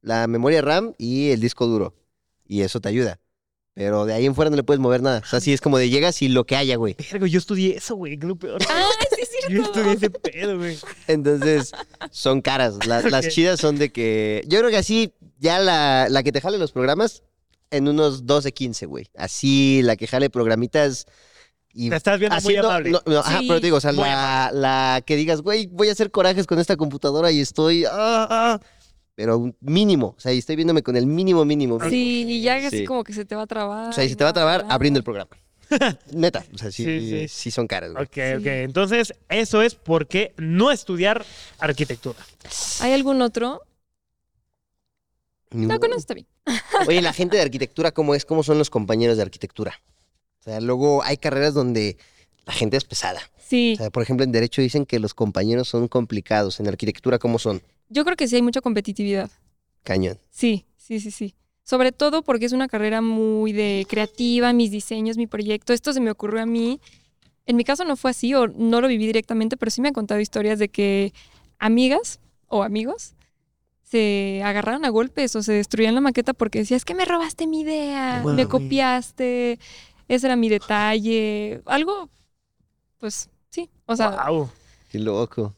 la memoria RAM y el disco duro. Y eso te ayuda. Pero de ahí en fuera no le puedes mover nada. O sea, sí es como de llegas y lo que haya, güey. [LAUGHS] Verga, yo estudié eso, güey. que es lo [LAUGHS] peor. [LAUGHS] Ah, sí es Yo cierto. estudié ese pedo, güey. Entonces, son caras. La- Las Ok. chidas son de que. Yo creo que así, ya la, la que te jale los programas, en unos 12, 15, güey. Así, la que jale programitas. Y Te estás viendo muy haciendo- amable. Ah, no, no, ajá, Sí. pero te digo, o sea, Muy la, la que digas, güey, voy a hacer corajes con esta computadora y estoy. ah, ah", pero un mínimo. O sea, y estoy viéndome con el mínimo, mínimo. mínimo. Sí, y ya así Sí. como que se te va a trabar. O sea, y y se te va a trabar bla, abriendo el [LAUGHS] programa. Neta. O sea, sí, Sí, eh, sí. sí, son caras, güey. Ok, ok. Entonces, eso es por qué no estudiar arquitectura. bla. ¿Hay algún otro? Ni No, modo. con eso está bien. Oye, la gente de arquitectura, ¿cómo es? ¿Cómo son los compañeros de arquitectura? O sea, luego hay carreras donde la gente es pesada. Sí. O sea, por ejemplo, en Derecho dicen que los compañeros son complicados. En arquitectura, ¿cómo son? Yo creo que sí hay mucha competitividad. Cañón. Sí, sí, sí, sí. Sobre todo porque es una carrera muy de creativa, mis diseños, mi proyecto. Esto se me ocurrió a mí. En mi caso no fue así o no lo viví directamente, pero sí me han contado historias de que amigas o amigos se agarraban a golpes o se destruían la maqueta porque decías, es que me robaste mi idea, Guau, me güey. copiaste, ese era mi detalle. Algo, pues sí. O sea, wow. Qué loco.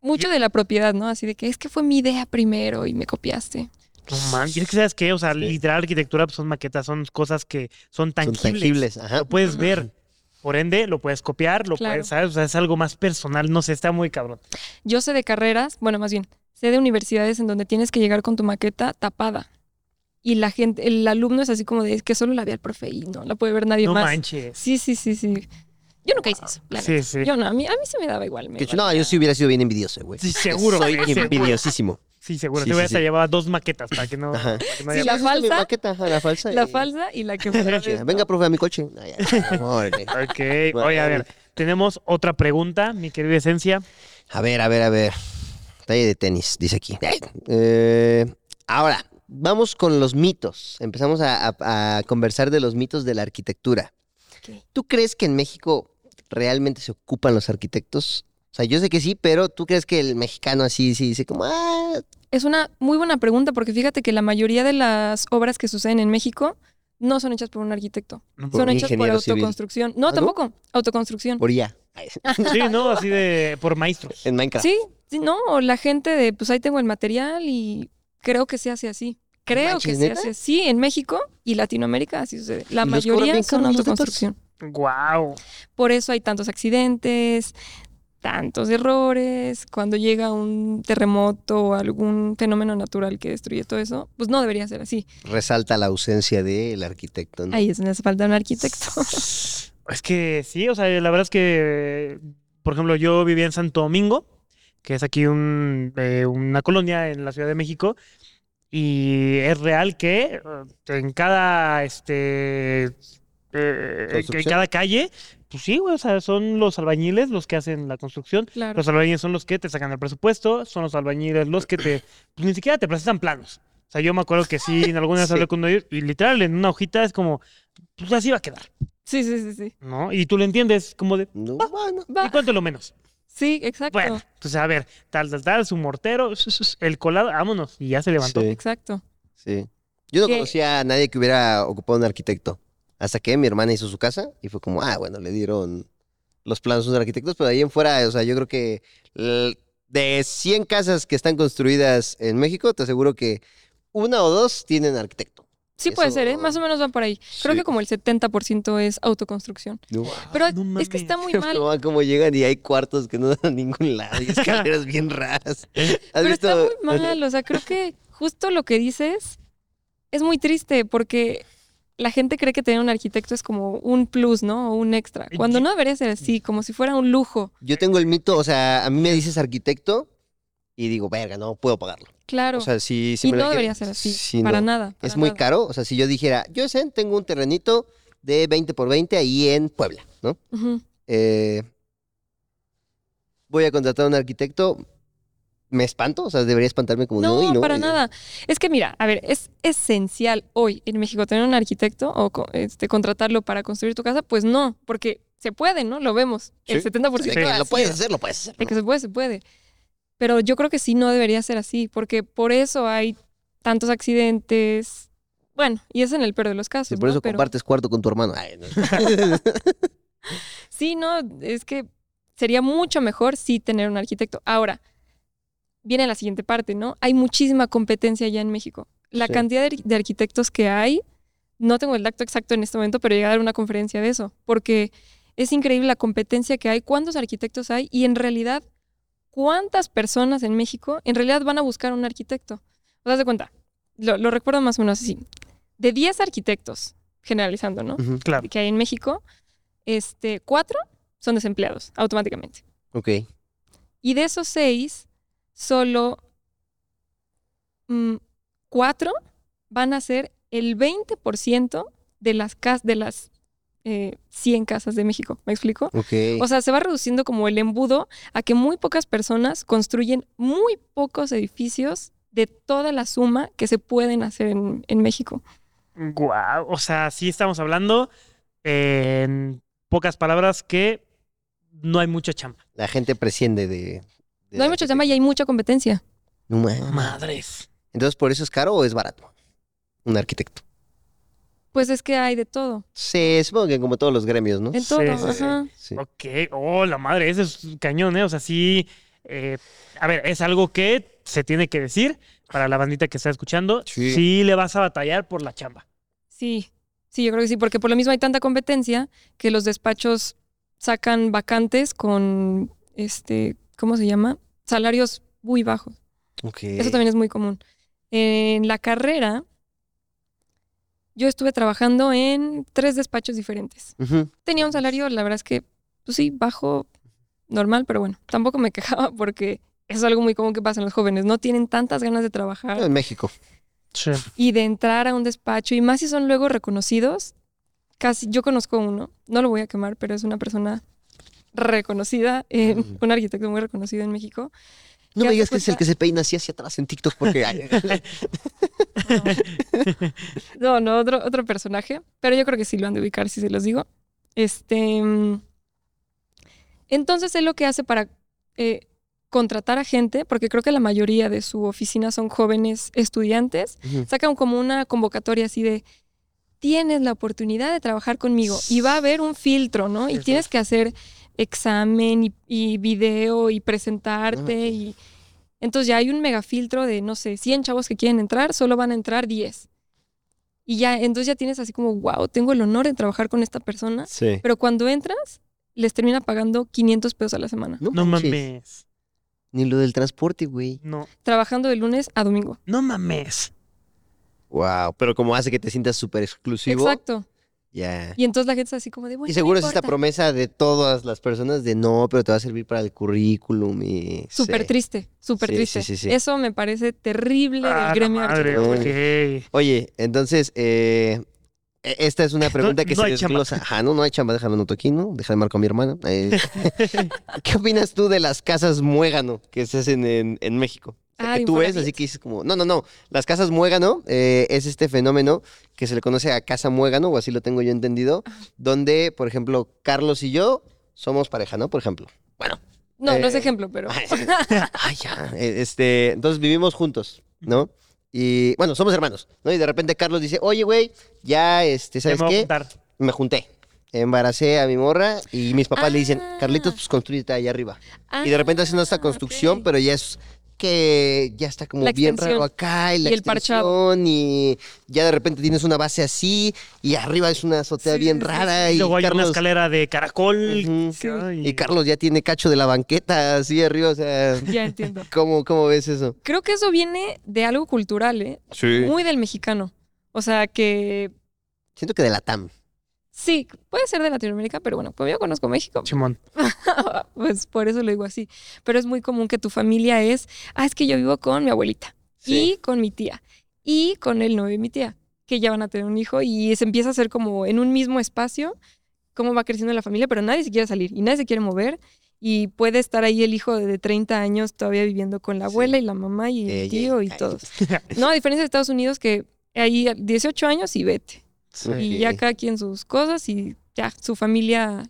mucho de la propiedad, ¿no? Así de que es que fue mi idea primero y me copiaste. No mames. Y es que sabes qué? O sea, Sí. literal, arquitectura pues, son maquetas, son cosas que son tangibles. Son tangibles. Ajá. Lo puedes ver. Por ende, lo puedes copiar, lo Claro. puedes, ¿sabes? O sea, es algo más personal. No sé, está muy cabrón. Yo sé de carreras, bueno, más bien, sé de universidades en donde tienes que llegar con tu maqueta tapada. Y la gente, el alumno es así como de, es que solo la ve al profe y no la puede ver nadie No más. manches. Sí, sí, sí, sí. Yo nunca hice eso, la Sí, neta. sí. Yo no, a mí, a mí se me daba igual. me Que- valía. no, yo sí hubiera sido bien envidioso, güey. Sí, seguro. Soy güey, seguro. envidiosísimo. Sí, seguro. Sí, Te voy sí, hasta sí. llevaba dos maquetas para que no. para Ajá. que no Sí, haya- la Esa es mi falsa- maqueta, ajá, la falsa. La y- falsa y la que fue [LAUGHS] la de- Venga, profe, a mi coche. Ay, ay, órale. Ok. Oye, a ver. Tenemos otra pregunta, mi querida esencia. A ver, a ver, a ver. Talle de tenis, dice aquí. Eh, ahora, vamos con los mitos. Empezamos a, a- a conversar de los mitos de la arquitectura. Ok. ¿Tú crees que en México realmente se ocupan los arquitectos? O sea, yo sé que sí, pero ¿tú crees que el mexicano así sí dice como, ah, Es una muy buena pregunta porque fíjate que la mayoría de las obras que suceden en México no son hechas por un arquitecto, No, Por son un hechas por ingeniero civil. autoconstrucción. ¿Ah, No, no? tampoco, autoconstrucción. por ya? Sí, no, así de por maestros. En Minecraft. Sí, sí, no, o la gente de, pues ahí tengo el material y creo que se hace así. Creo Manches, que se ¿neta? hace así en México y Latinoamérica, así sucede. La Y los cobran mayoría bien son caros los depas. autoconstrucción. Wow. Por eso hay tantos accidentes, tantos errores. Cuando llega un terremoto o algún fenómeno natural que destruye todo eso, pues no debería ser así. Resalta la ausencia del arquitecto. ¿no? Ahí es donde hace falta [LAUGHS] un arquitecto. Es que sí, o sea, la verdad es que, por ejemplo, yo vivía en Santo Domingo, que es aquí un, eh, una colonia en la Ciudad de México, y es real que eh, en cada, este, eh, en Construcción. cada calle, pues sí, güey, o sea, son los albañiles los que hacen la construcción. Claro. Los albañiles son los que te sacan el presupuesto, son los albañiles los que te, [CLEARS THROAT] pues ni siquiera te presentan planos. O sea, yo me acuerdo que sí, en alguna vez [LAUGHS] Sí. hablé con ellos, y literal, en una hojita es como, pues así va a quedar. Sí, sí, sí, sí. ¿no? Y tú lo entiendes como de, No, Oh. bueno. ¿y Va. cuánto es lo menos? Sí, exacto. Bueno, pues a ver, tal, tal, tal, su mortero, [LAUGHS] su, su, su, el colado, vámonos. Y ya se levantó. Sí. Exacto. Sí. Yo no Que- conocía a nadie que hubiera ocupado un arquitecto. Hasta que mi hermana hizo su casa y fue como, ah, bueno, le dieron los planos a unos arquitectos, pero de ahí en fuera, o sea, yo creo que l- de 100 casas que están construidas en México, te aseguro que una o dos tienen arquitecto. Sí puede Eso- ser, ¿eh? Más o menos van por ahí. Creo Sí. que como el 70% es autoconstrucción. Ah, No. [LAUGHS] Pero Ah, no es que mames. está muy mal. No, como llegan y hay cuartos que no dan [LAUGHS] a ningún lado y escaleras bien raras. ¿Has Pero visto? está muy mal, o sea, creo que justo lo que dices es muy triste porque la gente cree que tener un arquitecto es como un plus, ¿no? O un extra. Cuando no debería ser así, como si fuera un lujo. Yo tengo el mito, o sea, a mí me dices arquitecto y digo, verga, no puedo pagarlo. Claro. O sea, sí, sí y me la- no debería ser así, Sí, para no. nada. para Es muy nada. caro. O sea, si yo dijera, yo sé, tengo un terrenito de 20 por 20 ahí en Puebla, ¿no? Ujú. Eh, voy a contratar a un arquitecto. ¿Me espanto? O sea, debería espantarme como de, No, "Uy, no, para eh". nada. Es que mira, a ver, es esencial hoy en México tener un arquitecto o co- este, contratarlo para construir tu casa, pues no, porque se puede, ¿no? Lo vemos. El Sí. 70% De que así lo puedes es. hacer, lo puedes hacer. De ¿no? que se puede, se puede. Pero yo creo que sí no debería ser así, porque por eso hay tantos accidentes. Bueno, y es en el peor de los casos. Sí, por ¿no? eso Pero- compartes cuarto con tu hermano. Ay, no. Sí, no, es que sería mucho mejor sí tener un arquitecto. Ahora, viene la siguiente parte, ¿no? Hay muchísima competencia ya en México. La Sí. cantidad de, arqu- de arquitectos que hay, no tengo el dato exacto en este momento, pero llegué a dar una conferencia de eso, porque es increíble la competencia que hay, cuántos arquitectos hay y en realidad, cuántas personas en México en realidad van a buscar un arquitecto. ¿Te das de cuenta? Lo, lo recuerdo más o menos así. De 10 arquitectos, generalizando, ¿no? Ujú, Claro. que hay en México, este, cuatro son desempleados automáticamente. ok. Y de esos seis, solo mm, cuatro van a ser el 20% de las, cas- de las eh, 100 casas de México. ¿Me explico? Ok. O sea, se va reduciendo como el embudo a que muy pocas personas construyen muy pocos edificios de toda la suma que se pueden hacer en, en México. Guau, o sea, sí estamos hablando eh, en pocas palabras que no hay mucha chamba. la gente presciende de. de No hay la mucho arquitectura. tema y hay mucha competencia. No ma- Madres. Entonces, ¿por eso es caro o es barato? Un arquitecto. Pues es que hay de todo. Sí, supongo que como todos los gremios, ¿no? En Sí, todo, sí, sí. ajá. Sí. Ok, oh, la madre, ese es un cañón, ¿eh? O sea, sí, eh, a ver, es algo que se tiene que decir para la bandita que está escuchando. Sí. Sí le vas a batallar por la chamba. Sí, sí, yo creo que sí, porque por lo mismo hay tanta competencia que los despachos sacan vacantes con, este, ¿cómo se llama? Salarios muy bajos. Ok. Eso también es muy común. En la carrera, yo estuve trabajando en tres despachos diferentes. Ujú. Tenía un salario, la verdad es que, pues sí, bajo, normal, pero bueno, tampoco me [LAUGHS] quejaba porque es algo muy común que pasa en los jóvenes. No tienen tantas ganas de trabajar No, En México. Sí. y de entrar a un despacho, y más si son luego reconocidos, casi yo conozco uno, no lo voy a quemar, pero es una persona reconocida, eh, Mm. un arquitecto muy reconocido en México. No ¿Te me das digas que es el cuenta? que se peina así hacia atrás en TikTok [LAUGHS] porque. ay, [LAUGHS] No, [LAUGHS] no, otro, otro personaje, pero yo creo que sí lo han de ubicar si se los digo. Este, mm, entonces él lo que hace para eh, contratar a gente, porque creo que la mayoría de su oficina son jóvenes estudiantes, Ujú. sacan como una convocatoria así de tienes la oportunidad de trabajar conmigo y va a haber un filtro, ¿no? Y Ujú. tienes que hacer examen y, y video y presentarte Ah, ok. y entonces ya hay un mega filtro de no sé, 100 chavos que quieren entrar, solo van a entrar 10. Y ya entonces ya tienes así como, wow, tengo el honor de trabajar con esta persona, Sí. pero cuando entras les termina pagando 500 pesos a la semana, No manches. mames. Ni lo del transporte, güey. No, trabajando de lunes a domingo. no mames. Wow. Pero como hace que te sientas súper exclusivo. Exacto. Ya. Y entonces la gente es así como de, bueno, Y no seguro es esta importa". promesa de todas las personas de no, pero te va a servir para el currículum y. Súper Sí. triste, súper Sí, triste. sí, sí, sí. Eso me parece terrible Ah, del la gremio madre, arquitectónico. ok. Oye, entonces, eh, e- esta es una pregunta que [LAUGHS] no se hay chamba. desglosa. Ajá, no, no hay chamba, déjame anoto aquí, ¿no? Deja de marco a [LAUGHS] mi hermana. Eh, [LAUGHS] ¿Qué opinas tú de las casas muégano que se hacen en, en México? O sea, Ah, que de tú ves, Infonavit. así que dices como, no, no, no, las casas muégano eh, es este fenómeno que se le conoce a casa muégano, o así lo tengo yo entendido, donde, por ejemplo, Carlos y yo somos pareja, ¿no? Por ejemplo. Bueno, No, no es Eh, ejemplo, pero Ay, ay, ya. [LAUGHS] Eh, Este, entonces vivimos juntos, ¿no? Y bueno, somos hermanos, ¿no? Y de repente Carlos dice, oye, güey, ya, este, Te ¿sabes me voy a qué? apuntar. Me junté. Embaracé a mi morra y mis papás le dicen, Ah. Carlitos, pues construyete allá arriba. Y de repente haciendo esta construcción, pero ya es que ya está como La bien extensión. raro acá y la Y el parchado. extensión y ya de repente tienes una base así y arriba es una azotea Sí, bien sí, sí. rara y Luego hay una Carlos, escalera de caracol. Ujú. Sí. Ay. y Carlos ya tiene cacho de la banqueta así arriba, o sea, [LAUGHS] Ya entiendo. ¿cómo, cómo ves eso? Creo que eso viene de algo cultural, ¿eh? Sí. Muy del mexicano. O sea, que Siento que de la TAM. sí, puede ser de Latinoamérica, pero bueno, como yo conozco México, [LAUGHS] Simón. pues por eso lo digo así. Pero es muy común que tu familia es, ah, es que yo vivo con mi abuelita y con mi tía y con el novio de mi tía, que ya van a tener un hijo y se empieza a hacer como en un mismo espacio cómo va creciendo la familia, pero nadie se quiere salir y nadie se quiere mover y puede estar ahí el hijo de 30 años todavía viviendo con la Sí. abuela y la mamá y Ella y el tío y ay. todos. No, a diferencia de Estados Unidos que ahí a 18 años y vete. Y ya Ok. cada quien sus cosas y ya su familia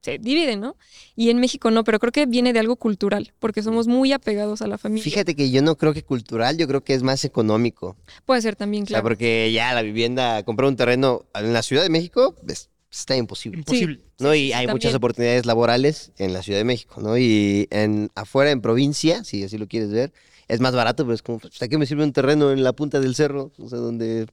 se divide, ¿no? Y en México no, pero creo que viene de algo cultural, porque somos muy apegados a la familia. Fíjate que yo no creo que cultural, yo creo que es más económico. Puede ser también, O sea, claro. porque ya la vivienda, comprar un terreno en la Ciudad de México es- está imposible. Imposible. ¿no? Y hay también. muchas oportunidades laborales en la Ciudad de México, ¿no? Y en, afuera, en provincia, si así lo quieres ver, es más barato, pero es como, pues, ¿a qué me sirve un terreno en la punta del cerro? O sea, donde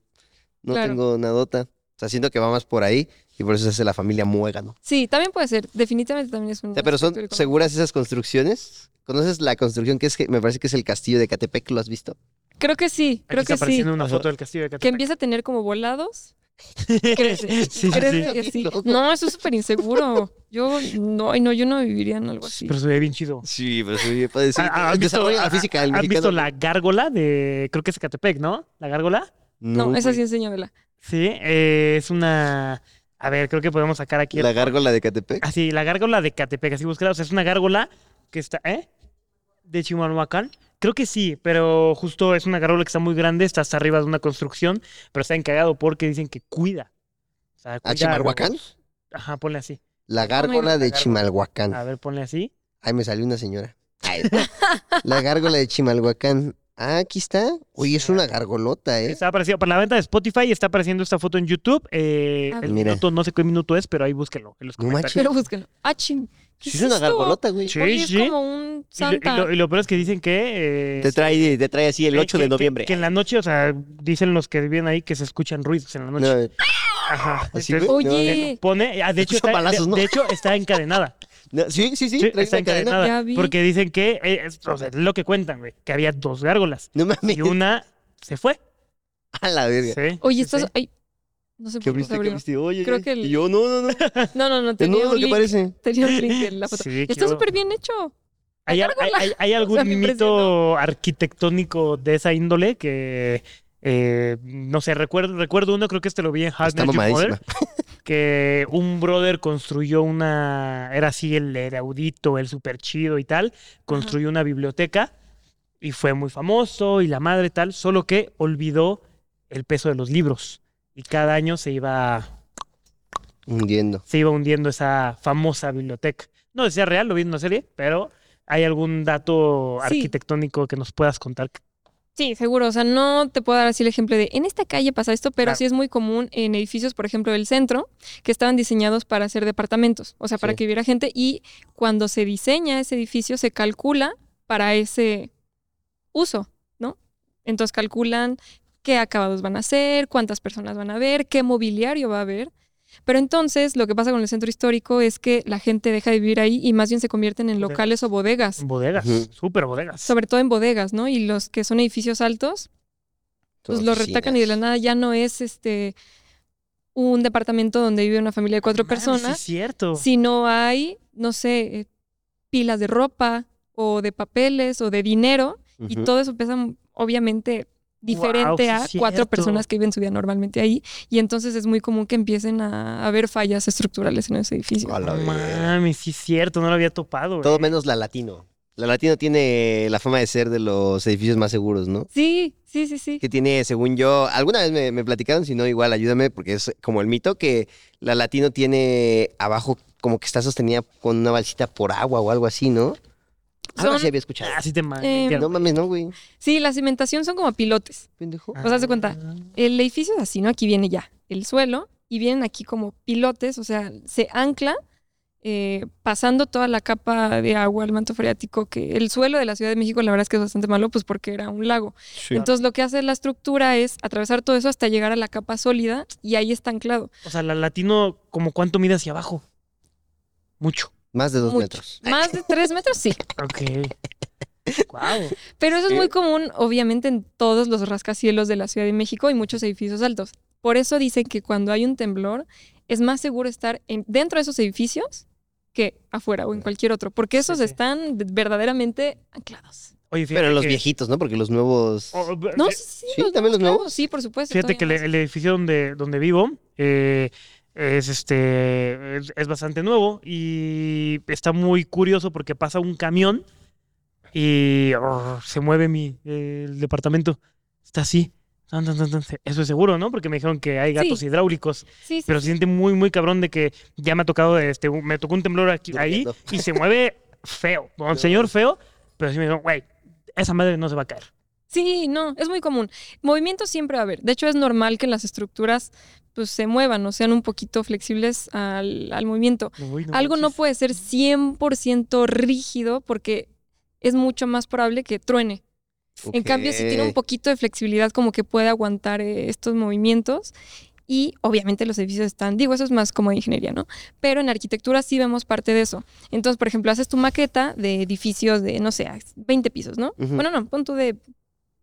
no Claro. tengo nadota. O sea, siento que va más por ahí y por eso se hace la familia muega, ¿no? Sí, también puede ser. Definitivamente también es un. O sea, pero son aspecto económico. seguras esas construcciones. ¿Conoces la construcción que es que me parece que es el castillo de Catepec? ¿Lo has visto? Creo que sí, creo Aquí está que sí. apareciendo una foto del castillo de Que Catepec. empieza a tener como volados. Crece. [LAUGHS] Sí, sí, Crece sí. que sí. Loco. No, eso es súper inseguro. Yo no, ay, no, yo no viviría en algo así. Pero se ve bien chido. Sí, pero [LAUGHS] sí, puede decir. Ah, ah, ¿han visto- Desarrolla la ah, física del ¿Han mexicano. visto la gárgola de, creo que es Catepec, ¿no? ¿La gárgola? No, esa güey. sí enséñamela. Sí, eh, es una... A ver, creo que podemos sacar aquí... el- La gárgola de Catepec. Ah, sí, la gárgola de Catepec, así buscada. O sea, es una gárgola que está, ¿eh? De Chimalhuacán. Creo que sí, pero justo es una gárgola que está muy grande, está hasta arriba de una construcción, pero está encagado porque dicen que cuida. O sea, ¿A cuida Chimalhuacán? los- Ajá, ponle así. La gárgola La de gárgola. Chimalhuacán. A ver, ponle así. Ahí me salió una señora. Ay. La gárgola de Chimalhuacán. Ah, aquí está. Oye, es una gargolota, ¿eh? Está apareciendo, para la venta de Spotify está apareciendo esta foto en YouTube. eh, Ah, el Mira. minuto, no sé qué minuto es, pero ahí búsquenlo. En los No comentarios. manches. Pero búsquenlo. Ah, ching. ¿qué Sí, es una esto? gargolota, güey. Sí, Oye, es sí. como un Y lo- y santa. lo, y lo peor es que dicen que... eh, Te trae, te trae así el que- 8 de que- noviembre. Que, en la noche, o sea, dicen los que viven ahí que se escuchan ruidos en la noche. No, Ajá. Así, Entonces, güey. eh, Oye, pone, ah, de, hecho, Escucha está, balazos, de- ¿no? de hecho está encadenada. no, sí, [LAUGHS] sí, sí. Sí, trae está una cadena. encadenada. Ya vi. Porque dicen que, eh, es, o sea, es lo que cuentan, güey, que había dos gárgolas No mames. [LAUGHS] y una se fue. A la verga. Sí, sí, oye, estás. sí. Ay, Pues no sé ¿Qué por qué abriste? ¿Qué se abrió. abriste? Oye, Creo oye. que el- Y yo, no, [LAUGHS] no, no. No, no, no, De tenía nuevo un lo que link. parece. Tenía un link en la foto. Sí, qué Está huevo. súper bien hecho. ¿Hay, hay, gárgola. [LAUGHS] hay- hay algún O sea, me mito arquitectónico de esa índole que, eh, no sé, recuerdo, recuerdo uno, creo que este lo vi en How I Está Met Your Mother, mamadísima. que un brother construyó una, era así el, el erudito, el super chido y tal, construyó una biblioteca y fue muy famoso y la madre y tal, solo que olvidó el peso de los libros y cada año se iba, Hundiendo. se iba hundiendo esa famosa biblioteca. No decía real, lo vi en una serie, pero ¿hay algún dato Sí. arquitectónico que nos puedas contar? Sí, seguro. O sea, no te puedo dar así el ejemplo de en esta calle pasa esto, pero Claro. sí es muy común en edificios, por ejemplo, del centro, que estaban diseñados para hacer departamentos, o sea, para Sí. que viviera gente. Y cuando se diseña ese edificio, se calcula para ese uso, ¿no? Entonces calculan qué acabados van a hacer, cuántas personas van a ver, qué mobiliario va a haber. Pero entonces lo que pasa con el centro histórico es que la gente deja de vivir ahí y más bien se convierten en Bodegas. locales o bodegas, Bodegas, Ujú. súper bodegas. sobre todo en bodegas, ¿no? Y los que son edificios altos, pues lo retacan y de la nada ya no es este un departamento donde vive una familia de cuatro Mames, Ah, sí personas, es cierto. sino hay, no sé, eh, pilas de ropa o de papeles o de dinero y todo eso pesa mm, obviamente Guau, diferente sí a es cuatro cierto. personas que viven su vida normalmente ahí y entonces es muy común que empiecen a haber fallas estructurales en ese edificio. A la No verga. mames, sí es cierto, no lo había topado. Todo güey. menos la latino. La latino tiene la fama de ser de los edificios más seguros, ¿no? Sí, sí, sí, sí. Que tiene, según yo, alguna vez me, me platicaron, si no, igual ayúdame, porque es como el mito que la latino tiene abajo como que está sostenida con una balsita por agua o algo así, ¿no? Algo Son- así había escuchado. Ah, sí te ma- Eh, entiendo. No mames, no, güey. Sí, la cimentación son como pilotes. Pendejo. O sea, Pues, haz de cuenta, El edificio es así, ¿no? Aquí viene ya el suelo y vienen aquí como pilotes, o sea, se ancla eh, pasando toda la capa de agua al manto freático, que el suelo de la Ciudad de México la verdad es que es bastante malo, pues porque era un lago. Sí. Entonces lo que hace la estructura es atravesar todo eso hasta llegar a la capa sólida y ahí está anclado. O sea, la latino, como cuánto mide hacia abajo? Mucho. Más de dos Mucho. metros. Más de tres metros, sí. Ok. Wow. Pero eso es muy Eh. común, obviamente, en todos los rascacielos de la Ciudad de México y muchos edificios altos. Por eso dicen que cuando hay un temblor es más seguro estar en- dentro de esos edificios que afuera o en cualquier otro, porque Sí, esos sí. están de- verdaderamente anclados. Oye, fíjate Pero los que- viejitos, ¿no? Porque los nuevos. Oh, b- No, eh, sí, sí, también los claro, nuevos. Sí, por supuesto. Fíjate todavía que le- más. el edificio donde, donde vivo eh, es este es, es bastante nuevo y está muy curioso porque pasa un camión y oh, se mueve mi eh, el departamento. Está así. Tan, tan, tan, tan. Eso es seguro, ¿no? Porque me dijeron que hay gatos Sí. hidráulicos. Sí, sí, Pero sí. se siente muy, muy cabrón de que ya me ha tocado este, un- me tocó un temblor aquí ahí Durmiendo. y se mueve [LAUGHS] feo. Un señor feo, pero sí me dijeron, güey, esa madre no se va a caer. Sí, no, es muy común. Movimiento siempre va a haber. De hecho, es normal que las estructuras pues, se muevan o sean un poquito flexibles al, al movimiento. Uy, Algo no manches. puede ser 100% rígido porque es mucho más probable que truene. En cambio, si tiene un Ok. poquito de flexibilidad, como que puede aguantar eh, estos movimientos. Y obviamente los edificios están, digo, eso es más como de ingeniería, ¿no? Pero en arquitectura sí vemos parte de eso. Entonces, por ejemplo, haces tu maqueta de edificios de, no sé, 20 pisos, ¿no? Ujú. Bueno, no, pon tú de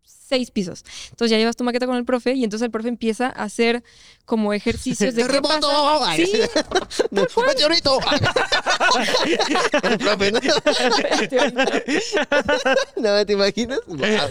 6 pisos. Entonces ya llevas tu maqueta con el profe y entonces el profe empieza a hacer [LAUGHS] como ejercicios de... qué ¡Terremoto! pasa. Ay, [LAUGHS] Sí, ¡Meteorito! [LAUGHS] El profe, ¿no? [LAUGHS] espérate, ahorita. ¿No te imaginas? Guau.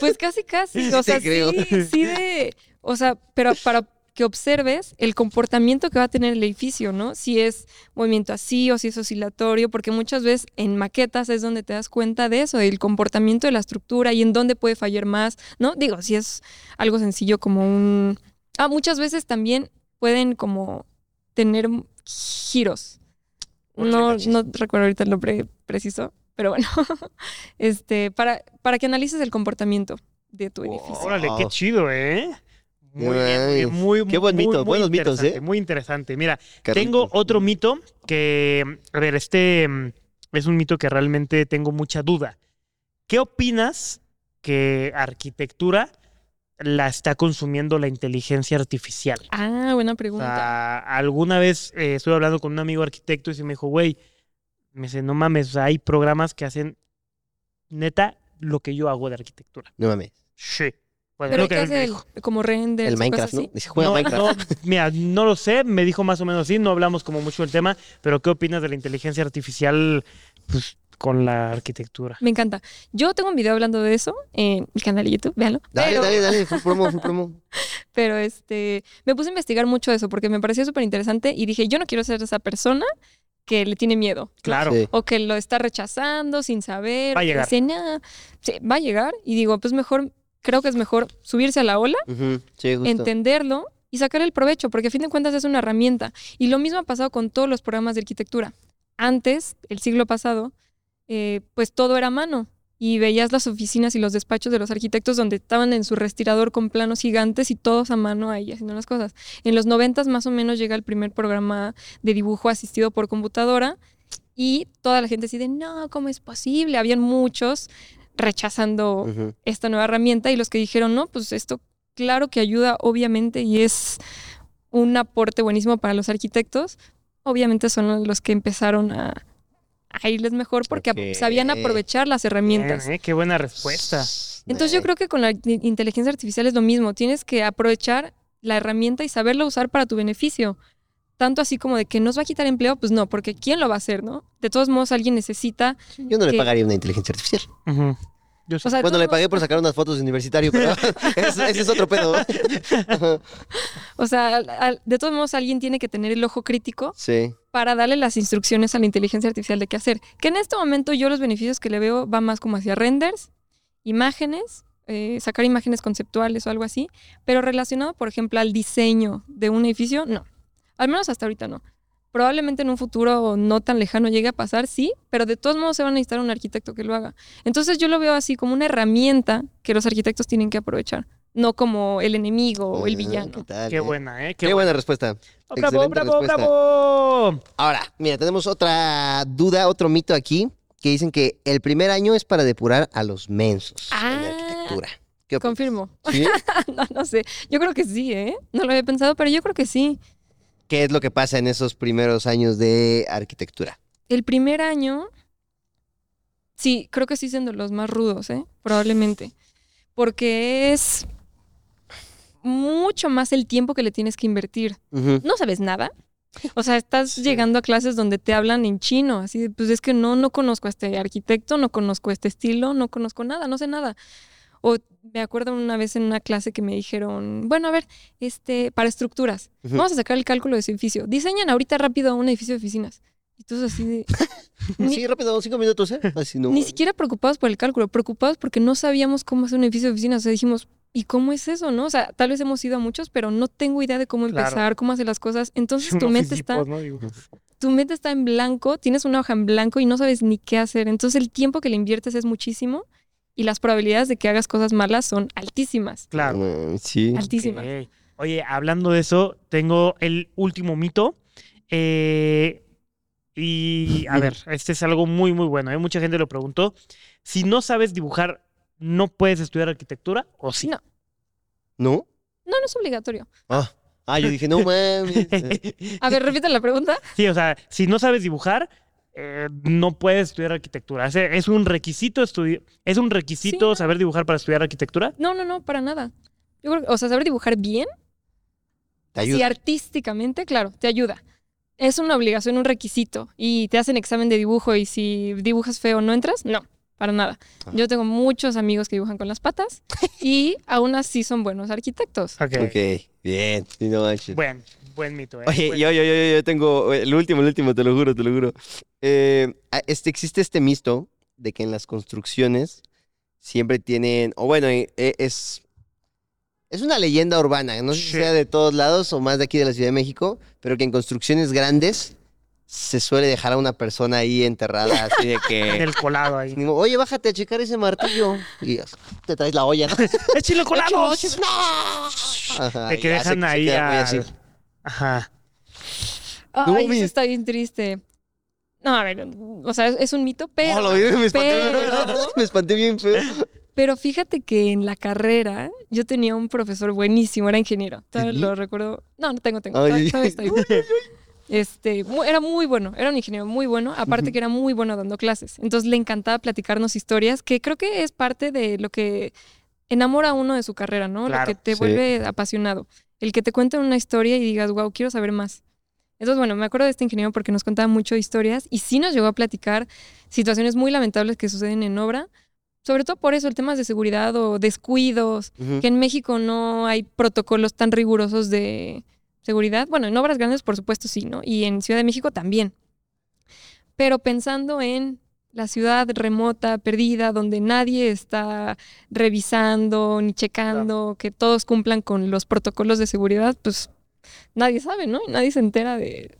Pues casi, casi. Sí, O sea, te creo. sí, sí de. O sea, pero para que observes el comportamiento que va a tener el edificio, ¿no? Si es movimiento así o si es oscilatorio, porque muchas veces en maquetas es donde te das cuenta de eso, del comportamiento de la estructura y en dónde puede fallar más, ¿no? Digo, si es algo sencillo como un... Ah, muchas veces también pueden como tener giros. No, no recuerdo ahorita el nombre preciso, pero bueno, [LAUGHS] este, para, para que analices el comportamiento de tu edificio. [LAUGHS] Órale, qué Wow. chido, ¿eh? Muy, No bien, muy, mames. muy, Qué buen muy, mito, muy buenos mitos, interesante, ¿eh? Muy interesante. Mira, [LAUGHS] Qué tengo rico. otro mito que, a ver, este mm, es un mito que realmente tengo mucha duda. ¿Qué opinas que arquitectura la está consumiendo la inteligencia artificial? Ah, buena O pregunta. sea, alguna vez eh, estuve hablando con un amigo arquitecto y se me dijo, güey, me dice, no mames, o sea, hay programas que hacen neta lo que yo hago de arquitectura. No mames. Sí. Bueno, pero lo que ¿qué él me hace el- dijo. como render? El Minecraft, ¿no? Dice, juega No, Minecraft. no, mira, no lo sé, me dijo más o menos así, no hablamos como mucho del tema, pero ¿qué opinas de la inteligencia artificial pues, con la arquitectura? Me encanta. Yo tengo un video hablando de eso en mi canal de YouTube, véanlo. Dale, pero, dale, dale. Fue promo, fue promo. pero este, me puse a investigar mucho eso porque me pareció súper interesante y dije, yo no quiero ser esa persona que le tiene miedo. Claro. Sí. o que lo está rechazando sin saber. Va a o que llegar. dice, "Nah". Sí, va a llegar. Y digo, pues mejor, creo que es mejor subirse a la ola, Ujú, Sí, justo. entenderlo y sacar el provecho, porque a fin de cuentas es una herramienta. Y lo mismo ha pasado con todos los programas de arquitectura. Antes, el siglo pasado, eh, pues todo era a mano. Y veías las oficinas y los despachos de los arquitectos donde estaban en su respirador con planos gigantes y todos a mano ahí haciendo las cosas. En los noventas más o menos llega el primer programa de dibujo asistido por computadora y toda la gente así de, no, ¿cómo es posible? Habían muchos rechazando Ujú. esta nueva herramienta y los que dijeron, no, pues esto claro que ayuda, obviamente, y es un aporte buenísimo para los arquitectos, obviamente son los que empezaron a, a irles mejor porque Ok. sabían aprovechar las herramientas. Bien, ¿eh? Qué buena respuesta. Entonces yo creo que con la in- inteligencia artificial es lo mismo, tienes que aprovechar la herramienta y saberla usar para tu beneficio. Tanto así como de que nos va a quitar empleo, pues no, porque ¿quién lo va a hacer, no? De todos modos, alguien necesita... Yo no le que- pagaría una inteligencia artificial. Ujú. Yo sé. O sea, de Bueno, todos le modos- pagué por sacar unas fotos de universitario, pero [LAUGHS] ese, ese es otro [LAUGHS] pedo. Ajá. O sea, al- al- de todos modos, alguien tiene que tener el ojo crítico sí. para darle las instrucciones a la inteligencia artificial de qué hacer. Que en este momento yo los beneficios que le veo van más como hacia renders, imágenes, eh, sacar imágenes conceptuales o algo así, pero relacionado, por ejemplo, al diseño de un edificio, no. Al menos hasta ahorita no. Probablemente en un futuro no tan lejano llegue a pasar, sí, pero de todos modos se va a necesitar un arquitecto que lo haga. Entonces yo lo veo así como una herramienta que los arquitectos tienen que aprovechar, no como el enemigo o el Ah, villano. ¿qué tal, Qué eh? buena, ¿eh? Qué, Qué, buena. buena respuesta. Oh, ¡Bravo, Excelente bravo, respuesta. bravo! Ahora, mira, tenemos otra duda, otro mito aquí, que dicen que el primer año es para depurar a los mensos en la Ah, arquitectura. ¿Qué opinas? Confirmo. [LAUGHS] ¿Sí? [LAUGHS] no, no sé. Yo creo que sí, ¿eh? No lo había pensado, pero yo creo que sí. ¿Qué es lo que pasa en esos primeros años de arquitectura? El primer año, sí, creo que sí siendo los más rudos, ¿eh? Probablemente. Porque es mucho más el tiempo que le tienes que invertir. Ujú. No sabes nada. O sea, estás Sí. llegando a clases donde te hablan en chino, así de, pues es que no, no conozco a este arquitecto, no conozco este estilo, no conozco nada, no sé nada. O me acuerdo una vez en una clase que me dijeron, bueno, a ver, este, para estructuras, Ujú. vamos a sacar el cálculo de su edificio. Diseñan ahorita rápido un edificio de oficinas. Y tú así de, ni- Sí, rápido, cinco minutos, ¿eh? Así no. ni siquiera preocupados por el cálculo, preocupados porque no sabíamos cómo hacer un edificio de oficinas. O sea, dijimos, ¿y cómo es eso, no? O sea, tal vez hemos ido a muchos, pero no tengo idea de cómo Claro. empezar, cómo hacer las cosas. Entonces Unos tu mente está, equipos, [LAUGHS] ¿no? Digo, tu mente está en blanco, tienes una hoja en blanco y no sabes ni qué hacer. Entonces el tiempo que le inviertes es muchísimo y las probabilidades de que hagas cosas malas son altísimas, Claro. Mm, Sí. altísimas. Ok. Oye, hablando de eso, tengo el último mito. Eh, y a ver, este es algo muy, muy bueno. ¿eh? Mucha gente lo preguntó. Si no sabes dibujar, ¿no puedes estudiar arquitectura o sí? No. ¿No? No, no es obligatorio. Ah, ah, yo dije, no mames. [LAUGHS] [LAUGHS] A ver, repite la pregunta. [LAUGHS] Sí, o sea, si no sabes dibujar, eh, no puedes estudiar arquitectura. O sea, ¿Es un requisito estudi- ¿Es un requisito Sí, no. saber dibujar para estudiar arquitectura? No, no, no, para nada. Yo creo que- o sea, saber dibujar bien, Te sí, ayuda. artísticamente, claro, te ayuda. Es una obligación, un requisito. Y te hacen examen de dibujo y si dibujas feo no entras, no, para nada. Ah. Yo tengo muchos amigos que dibujan con las patas y aún así son buenos arquitectos. Ok, bien. Sí, no manches. Buen, buen mito. ¿eh? Oye, Buen- yo, yo, yo, yo, yo tengo eh, el último, el último, te lo juro, te lo juro. Eh, ah, este, existe este mito de que en las construcciones siempre tienen, o bueno, eh, eh, es, es una leyenda urbana, no sé si Sí. sea de todos lados o más de aquí de la Ciudad de México, pero que en construcciones grandes se suele dejar a una persona ahí enterrada, así [LAUGHS] de En que... el colado ahí. [LAUGHS] Digo, Oye, bájate a checar ese martillo. Y te traes la olla, ¿no? [LAUGHS] ¡Es chile colado! Ajá, De que y hace dejan se ahí queda muy al- así. Ajá. Ay, eso mi- está bien triste. No, a ver, o sea, es, es un mito, pero, Oh, lo vi, me espanté, pero- [LAUGHS] me espanté bien feo. pero fíjate que en la carrera yo tenía un profesor buenísimo, era ingeniero. Todavía ¿Tenía? lo recuerdo. No, no tengo, tengo. Ay, ay, todavía, ay. todavía [LAUGHS] estoy. Este, mu- era muy bueno, era un ingeniero muy bueno, aparte que era muy bueno dando clases. Entonces le encantaba platicarnos historias, que creo que es parte de lo que enamora a uno de su carrera, ¿no? Claro, lo que te sí. vuelve apasionado. El que te cuenten una historia y digas, wow, quiero saber más. Entonces, bueno, me acuerdo de este ingeniero porque nos contaba mucho de historias y sí nos llegó a platicar situaciones muy lamentables que suceden en obra, sobre todo por eso, el tema de seguridad o descuidos, Ujú. que en México no hay protocolos tan rigurosos de seguridad. Bueno, en obras grandes, por supuesto, sí, ¿no? Y en Ciudad de México también. Pero pensando en la ciudad remota, perdida, donde nadie está revisando ni checando, que todos cumplan con los protocolos de seguridad, pues nadie sabe, ¿no? Y nadie se entera de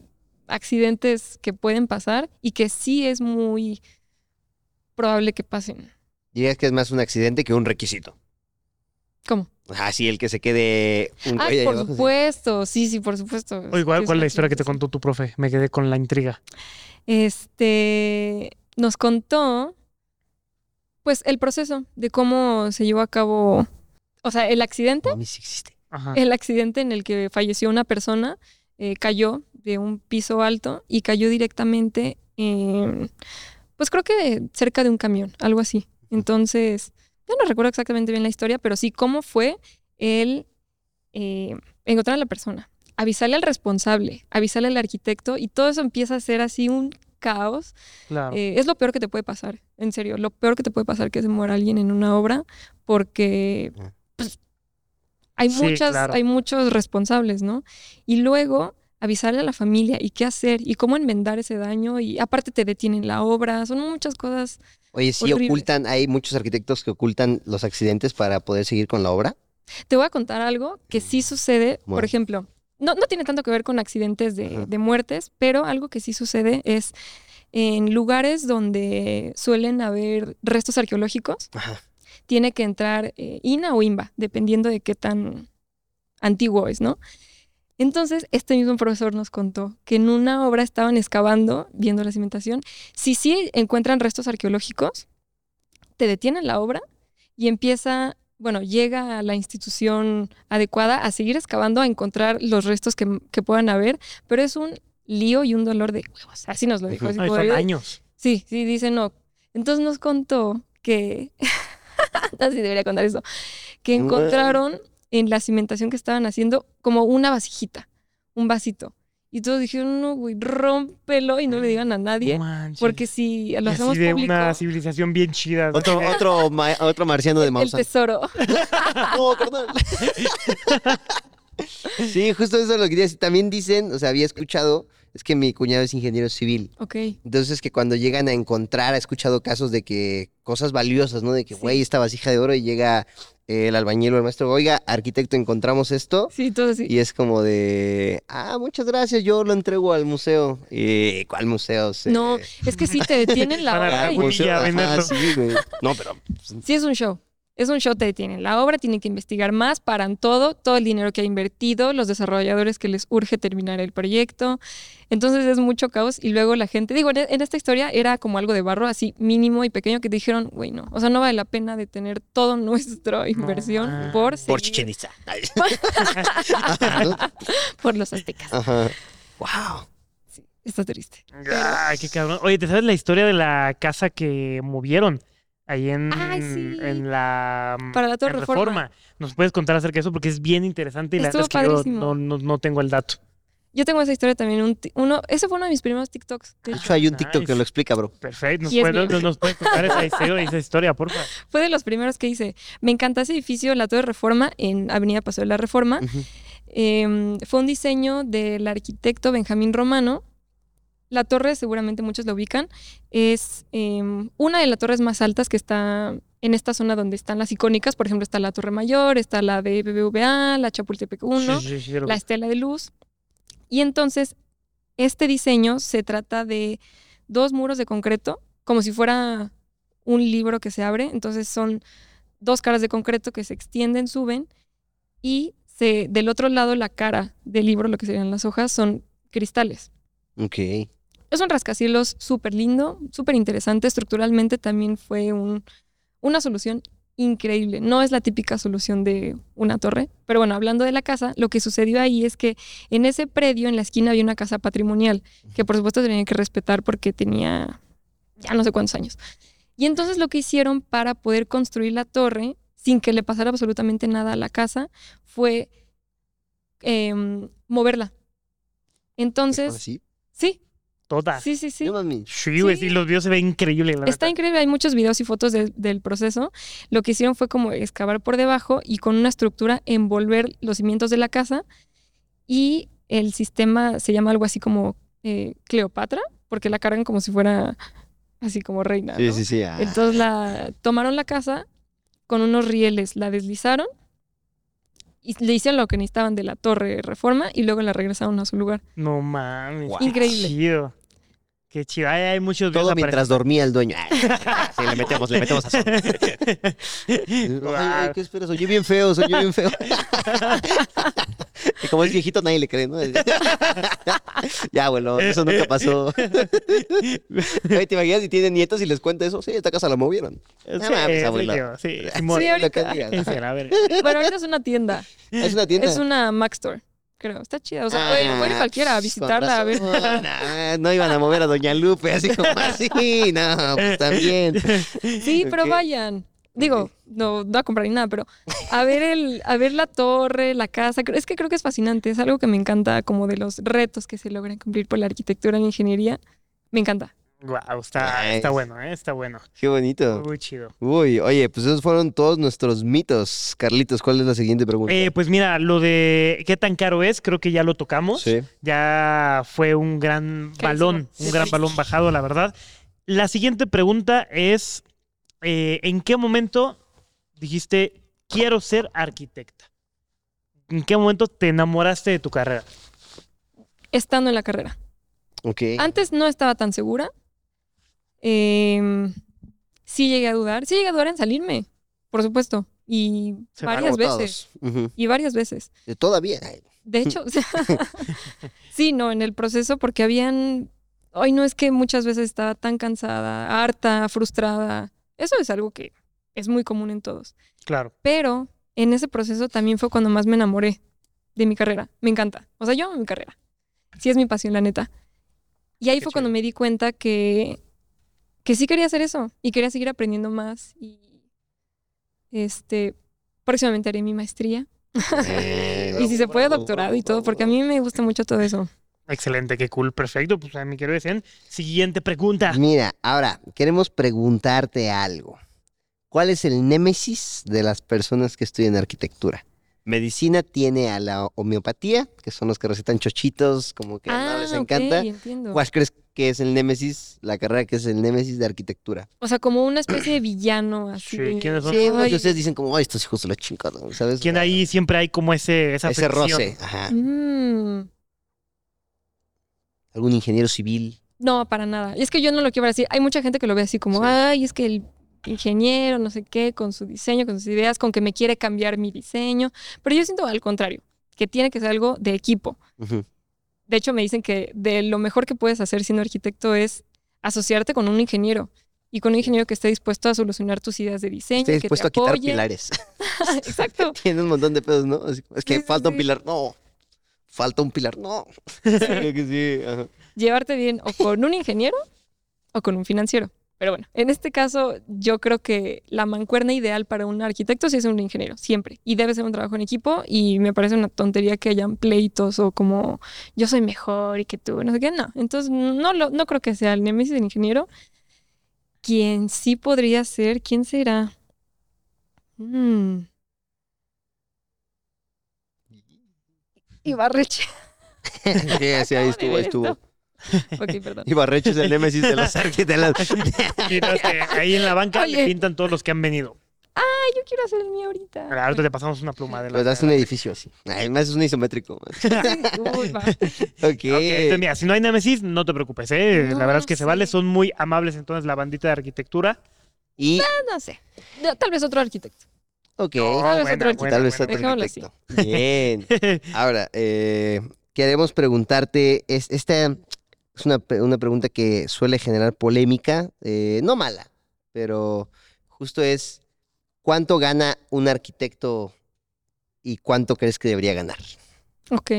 accidentes que pueden pasar y que sí es muy probable que pasen. Dirías que es más un accidente que un requisito. ¿Cómo? Así el que se quede un Ah, güey ahí por abajo, sí. supuesto, sí, sí, por supuesto. O igual, Sí, ¿cuál es la sí, historia que sí, te sí. contó tu profe? Me quedé con la intriga. Este, nos contó, pues, el proceso de cómo se llevó a cabo, o sea, el accidente, Mami, sí existe. Ajá. el accidente en el que falleció una persona, eh, cayó de un piso alto y cayó directamente, en, pues creo que cerca de un camión, algo así. Entonces, yo no recuerdo exactamente bien la historia, pero sí cómo fue el eh, encontrar a la persona, avisarle al responsable, avisarle al arquitecto y todo eso empieza a ser así un caos. Claro. Eh, es lo peor que te puede pasar, en serio, lo peor que te puede pasar que se muera alguien en una obra porque Ah. pues, hay, Sí, muchas, claro. hay muchos responsables, ¿no? Y luego avisarle a la familia y qué hacer y cómo enmendar ese daño y aparte te detienen la obra, son muchas cosas. Oye, sí Horrible. ocultan, hay muchos arquitectos que ocultan los accidentes para poder seguir con la obra. Te voy a contar algo que sí sucede, por Bueno. ejemplo, no, no tiene tanto que ver con accidentes Ajá. de, de muertes, pero algo que sí sucede es en lugares donde suelen haber restos arqueológicos, Ajá. tiene que entrar eh, INA o IMBA, dependiendo de qué tan antiguo es, ¿no? Entonces, este mismo profesor nos contó que en una obra estaban excavando, viendo la cimentación. Si sí encuentran restos arqueológicos, te detienen la obra y empieza, bueno, llega a la institución adecuada a seguir excavando, a encontrar los restos que, que puedan haber, pero es un lío y un dolor de huevos. Así nos lo dijo. así Ay, como son de- años. Sí, sí, dice no. Entonces nos contó que. [LAUGHS] Así debería contar eso. Que Bueno. encontraron en la cimentación que estaban haciendo como una vasijita, un vasito. Y todos dijeron, no, güey, rómpelo y no le digan a nadie. No manches. Porque si lo Y hacemos así de público, una civilización bien chida. ¿no? Otro, otro, ma- otro marciano de el Mausan. tesoro. [LAUGHS] No, carnal. [LAUGHS] Sí, justo eso es lo que quería decir. También dicen, o sea, había escuchado, es que mi cuñado es ingeniero civil. ok. Entonces que cuando llegan a encontrar, ha escuchado casos de que cosas valiosas, ¿no? De que, Sí. güey, esta vasija de oro y llega eh, el albañil o el maestro, oiga, arquitecto, encontramos esto. Sí, todo así. Y es como de, ah, muchas gracias, yo lo entrego al museo. ¿Y cuál museo? Se- No, es que sí te detienen la [LAUGHS] Van a obra. Ah, la y- Algún museo, día ajá, venderlo. sí, güey. No, pero [LAUGHS] Sí, es un show. Es un show, E te detienen. La obra tienen que investigar más, paran todo, todo el dinero que ha invertido, los desarrolladores que les urge terminar el proyecto. Entonces es mucho caos y luego la gente, digo, en en esta historia era como algo de barro así mínimo y pequeño que dijeron, güey, no, o sea, no vale la pena detener todo nuestra [LAUGHS] inversión mames. por, por seguir- Chichen Itza. Ah, Ajá, ¿no? por los aztecas. Ajá. Wow. Sí, está triste. Ay, qué cabrón. Oye, ¿te sabes la historia de la casa que movieron? Ahí en, Ay, sí. en la... Para la Torre en Reforma. ¿Nos puedes contar acerca de eso? Porque es bien interesante y la verdad Estuvo es que yo padrísimo. no, no, no tengo el dato. Yo tengo esa historia también, un ti- uno, ese fue uno de mis primeros TikToks. de De hecho. hecho, hay un TikTok Nice. que lo explica, bro. Perfecto. ¿Nos, Y es puedes, mío. nos puedes contar esa historia, esa historia, porfa? Fue de los primeros que hice. Me encanta ese edificio, la Torre Reforma, en Avenida Paso de la Reforma. Ujú. Eh, fue un diseño del arquitecto Benjamín Romano. La torre, seguramente muchos la ubican, es eh, una de las torres más altas que está en esta zona donde están las icónicas. Por ejemplo, está la Torre Mayor, está la de BBVA, la Chapultepec 1, Sí, sí, sí, lo- la Estela de Luz. Y entonces, este diseño se trata de dos muros de concreto, como si fuera un libro que se abre. Entonces, son dos caras de concreto que se extienden, suben, y se, del otro lado, la cara del libro, lo que serían las hojas, son cristales. Ok. Es un rascacielos súper lindo, súper interesante. Estructuralmente también fue un- una solución increíble. No es la típica solución de una torre. Pero bueno, hablando de la casa, lo que sucedió ahí es que en ese predio, en la esquina, había una casa patrimonial, que por supuesto tenía que respetar porque tenía ya no sé cuántos años. Y entonces lo que hicieron para poder construir la torre, sin que le pasara absolutamente nada a la casa, fue em, moverla. Entonces, Ahora sí. sí, Toda. Sí, sí, sí, sí. No mami. güey, Sí. sí, los videos se ven increíbles. la Está neta. increíble, hay muchos videos y fotos de- del proceso. Lo que hicieron fue como excavar por debajo y con una estructura envolver los cimientos de la casa y el sistema se llama algo así como eh, Cleopatra, porque la cargan como si fuera así como reina. Sí, ¿no? sí, sí. ah. Entonces la tomaron la casa con unos rieles, la deslizaron y le hicieron lo que necesitaban de la torre reforma y luego la regresaron a su lugar. No mames. Guau. qué Increíble. Chido. Qué chido. Ay, hay muchos videos Todo apare- mientras dormía el dueño. Ah, sí, le metemos, le metemos a eso. [LAUGHS] Ay, ay, Guau. ¿qué esperas? Soy bien feo, soy bien feo. [LAUGHS] y como es viejito, nadie le cree, ¿no? [LAUGHS] ya, abuelo, eso nunca [LAUGHS] pasó. Oye, ¿te imaginas si tiene nietos y les cuenta eso? Sí, esta casa la movieron. Sí, Ah, pues, sí, abuelo. yo, sí, Simón. Sí, Lo que ahorita. digas. Ese era, a ver. Bueno, ahorita es una tienda. Es una tienda. Ah, Es una Mac Store, creo. Está chida. O sea, puede, puede ir cualquiera a con visitarla, a ver. razón. Ah, no iban a mover a Doña Lupe, así como así. No, pues también. [LAUGHS] Sí, pero Ok. vayan. Digo, no, no a comprar ni nada, pero a ver el, a ver la torre, la casa. Creo- Es que creo que es fascinante. Es algo que me encanta, como de los retos que se logran cumplir por la arquitectura y la ingeniería. Me encanta. Guau, está, Nice. está bueno, eh, está bueno. Qué bonito. Muy chido. Uy, oye, pues esos fueron todos nuestros mitos. Carlitos, ¿cuál es la siguiente pregunta? Eh, pues mira, lo de qué tan caro es, creo que ya lo tocamos. sí. Ya fue un gran Carísimo. balón, un gran balón bajado, la verdad. La siguiente pregunta es, eh, ¿en qué momento dijiste, quiero ser arquitecta? ¿En qué momento te enamoraste de tu carrera? Estando en la carrera. Ok. Antes no estaba tan segura. Em, sí llegué a dudar. Sí llegué a dudar en salirme. por supuesto. Y Se van varias Agotados. veces. Ujú. Y varias veces. Eh, Todavía. Ay, De [LAUGHS] hecho, [LAUGHS] o sea, sí, no, en el proceso, porque habían. Hoy no es que muchas veces estaba tan cansada, harta, frustrada. Eso es algo que es muy común en todos. Claro. Pero en ese proceso también fue cuando más me enamoré de mi carrera. Me encanta. O sea, yo amo mi carrera. Sí es mi pasión, la neta. Y ahí Qué fue cuando chido. me di cuenta que, que sí quería hacer eso y quería seguir aprendiendo más. Y este, próximamente haré mi maestría. bravo, y si se puede, bravo, doctorado bravo, y todo, bravo, porque a bravo. mí me gusta mucho todo eso. Excelente, qué cool. Perfecto. Pues a mí quiero decir, siguiente pregunta. Mira, ahora queremos preguntarte algo. ¿Cuál es el némesis de las personas que estudian arquitectura? Medicina tiene a la homeopatía, que son los que recetan chochitos, como que no les Ah, ok, encanta. entiendo. ¿Cuál crees que es el némesis? La carrera que es el némesis de arquitectura. O sea, como una especie de villano Sí, así. de- ¿quiénes son? Sí, porque Ay. ustedes dicen como, ay, estos hijos de la chingada, ¿sabes? ¿Quién ahí siempre hay como ese, esa Ese fricción? [LAUGHS] roce, ajá. Mm. Algún ingeniero civil. No, para nada. Y es que yo no lo quiero decir. Hay mucha gente que lo ve así como, Sí. ay, es que el ingeniero, no sé qué, con su diseño, con sus ideas, con que me quiere cambiar mi diseño. Pero yo siento al contrario, que tiene que ser algo de equipo. Ujú. De hecho, me dicen que de lo mejor que puedes hacer siendo arquitecto es asociarte con un ingeniero. Y con un ingeniero que esté dispuesto a solucionar tus ideas de diseño, Estoy que te dispuesto a quitar apoye. pilares. [LAUGHS] Exacto. [LAUGHS] Tiene un montón de pedos, ¿no? Así como, es que Sí, sí, falta un sí. pilar. No. Falta un pilar. No. [LAUGHS] Creo que sí. ajá. llevarte bien o con un ingeniero o con un financiero. Pero bueno, en este caso yo creo que la mancuerna ideal para un arquitecto sí es un ingeniero, siempre. Y debe ser un trabajo en equipo y me parece una tontería que hayan pleitos o como yo soy mejor y que tú, no sé qué, no. Entonces no, lo, no creo que sea el némesis del ingeniero. Quien sí podría ser, ¿quién será? Mm. Ibarreche. Sí, sí, ahí Acabo de estuvo, ver estuvo. esto. Ok, perdón. Ibarreche es [LAUGHS] el némesis de las arquitectas. Y los que este, ahí en la banca le Oye. pintan todos los que han venido. Yo quiero hacer el mío [LAUGHS] ahorita. Ahora ahorita le pasamos una pluma de la. Pues das un edificio así. Además es un isométrico. Ok. Uy, va. Ok, entonces mira, si no hay Nemesis, no te preocupes, ¿eh? No, la verdad no es que se sé. vale, son muy amables entonces la bandita de arquitectura. Y, Ah, No sé. No, tal vez otro arquitecto. ok. No, Tal vez otro Y tal vez Oh, buena. otro Dejémoslo arquitecto. Bien. Ahora, eh, queremos preguntarte, es, esta es una, pe- una pregunta que suele generar polémica, eh, no mala, pero justo es, ¿cuánto gana un arquitecto y cuánto crees que debería ganar? Ok.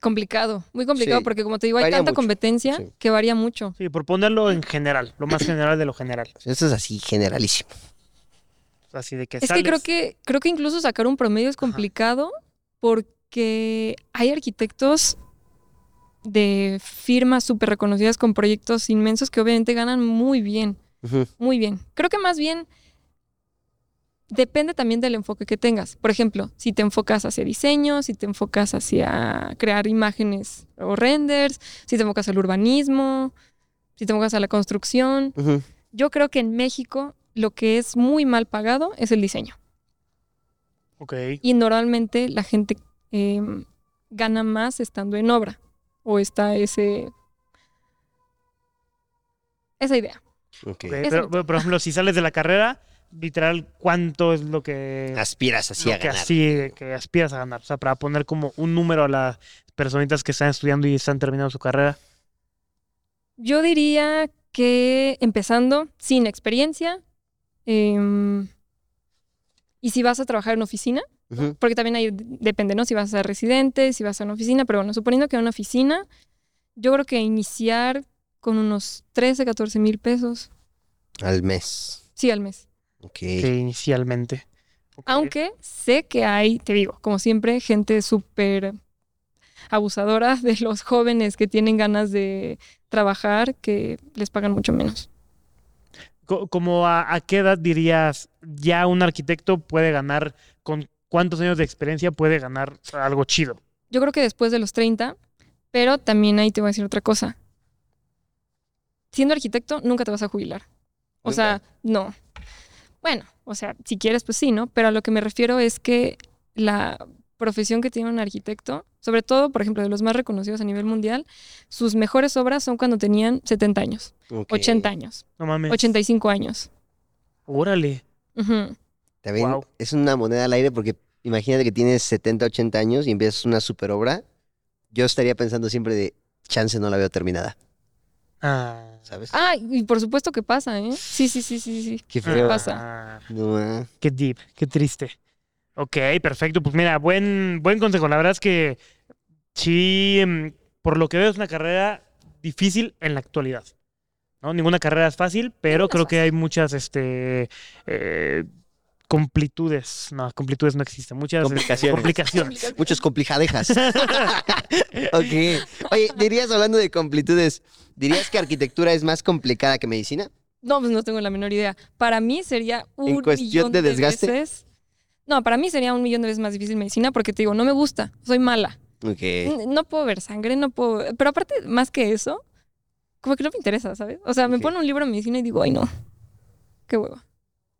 Complicado, muy complicado, Sí. porque como te digo, hay Varía tanta mucho. competencia Sí. que varía mucho. Sí, por ponerlo en general, lo más general de lo general. Eso es así, generalísimo. Así de que Es sales. que creo que creo que incluso sacar un promedio es Ajá. complicado porque hay arquitectos de firmas súper reconocidas con proyectos inmensos que obviamente ganan muy bien. Ujú. Muy bien. Creo que más bien depende también del enfoque que tengas. Por ejemplo, si te enfocas hacia diseño, si te enfocas hacia crear imágenes o renders, si te enfocas al urbanismo, si te enfocas a la construcción. Ujú. Yo creo que en México lo que es muy mal pagado es el diseño. Ok, Y normalmente la gente eh, gana más estando en obra o está ese... Esa idea. Ok. ok, es Pero, el- pero, por ejemplo, si sales de la carrera, literal, ¿cuánto es lo que, Aspiras así lo a que, ganar. así- que aspiras a ganar? O sea, para poner como un número a las personitas que están estudiando y están terminando su carrera. Yo diría que empezando sin experiencia em, y si vas a trabajar en oficina, Ujú. porque también ahí d- depende, ¿no? Si vas a ser residente, si vas a una oficina, pero bueno, suponiendo que a una oficina, yo creo que iniciar con unos 13, 14 mil pesos, Al mes. sí, al mes. Ok. que inicialmente. Ok. Aunque sé que hay, te digo, como siempre, gente súper abusadora [LAUGHS] de los jóvenes que tienen ganas de trabajar, que les pagan mucho menos. Co- como a, a qué edad dirías ya un arquitecto puede ganar, con cuántos años de experiencia puede ganar algo chido? Yo creo que después de los 30, pero también ahí te voy a decir otra cosa. Siendo arquitecto, nunca te vas a jubilar. O Nunca. sea, no. Bueno, o sea, si quieres, pues sí, ¿no? Pero a lo que me refiero es que la profesión que tiene un arquitecto, sobre todo, por ejemplo, de los más reconocidos a nivel mundial, sus mejores obras son cuando tenían 70 años, Ok. Pues 80 años, No mames. 85 años. Órale. Ujú. También Guau. es una moneda al aire porque imagínate que tienes 70, 80 años y empiezas una super obra. Yo estaría pensando siempre de chance no la veo terminada, Ah. ¿sabes? Ah, y por supuesto que pasa, ¿eh? Sí, sí, sí, sí, sí. Qué feo. pasa. Ah, No, ah. qué deep, qué triste. Ok, perfecto. Pues mira, buen, buen consejo. La verdad es que sí, em, por lo que veo es una carrera difícil en la actualidad. ¿no? Ninguna carrera es fácil, pero Ninguna es creo que hay muchas este, eh, complitudes. No, complitudes no existen. Muchas este, Complicaciones. complicaciones. Muchos complijadejas. ok. Oye, dirías, hablando de complitudes, ¿dirías que arquitectura es más complicada que medicina? No, pues no tengo la menor idea. Para mí sería un En cuestión millón de desgaste. veces- No, para mí sería un millón de veces más difícil medicina porque te digo, no me gusta, soy mala. Ok. N- No puedo ver sangre, no puedo. Pero aparte, más que eso, como que no me interesa, ¿sabes? O sea, me Ok. ponen un libro de medicina y digo, ay, no. Qué huevo.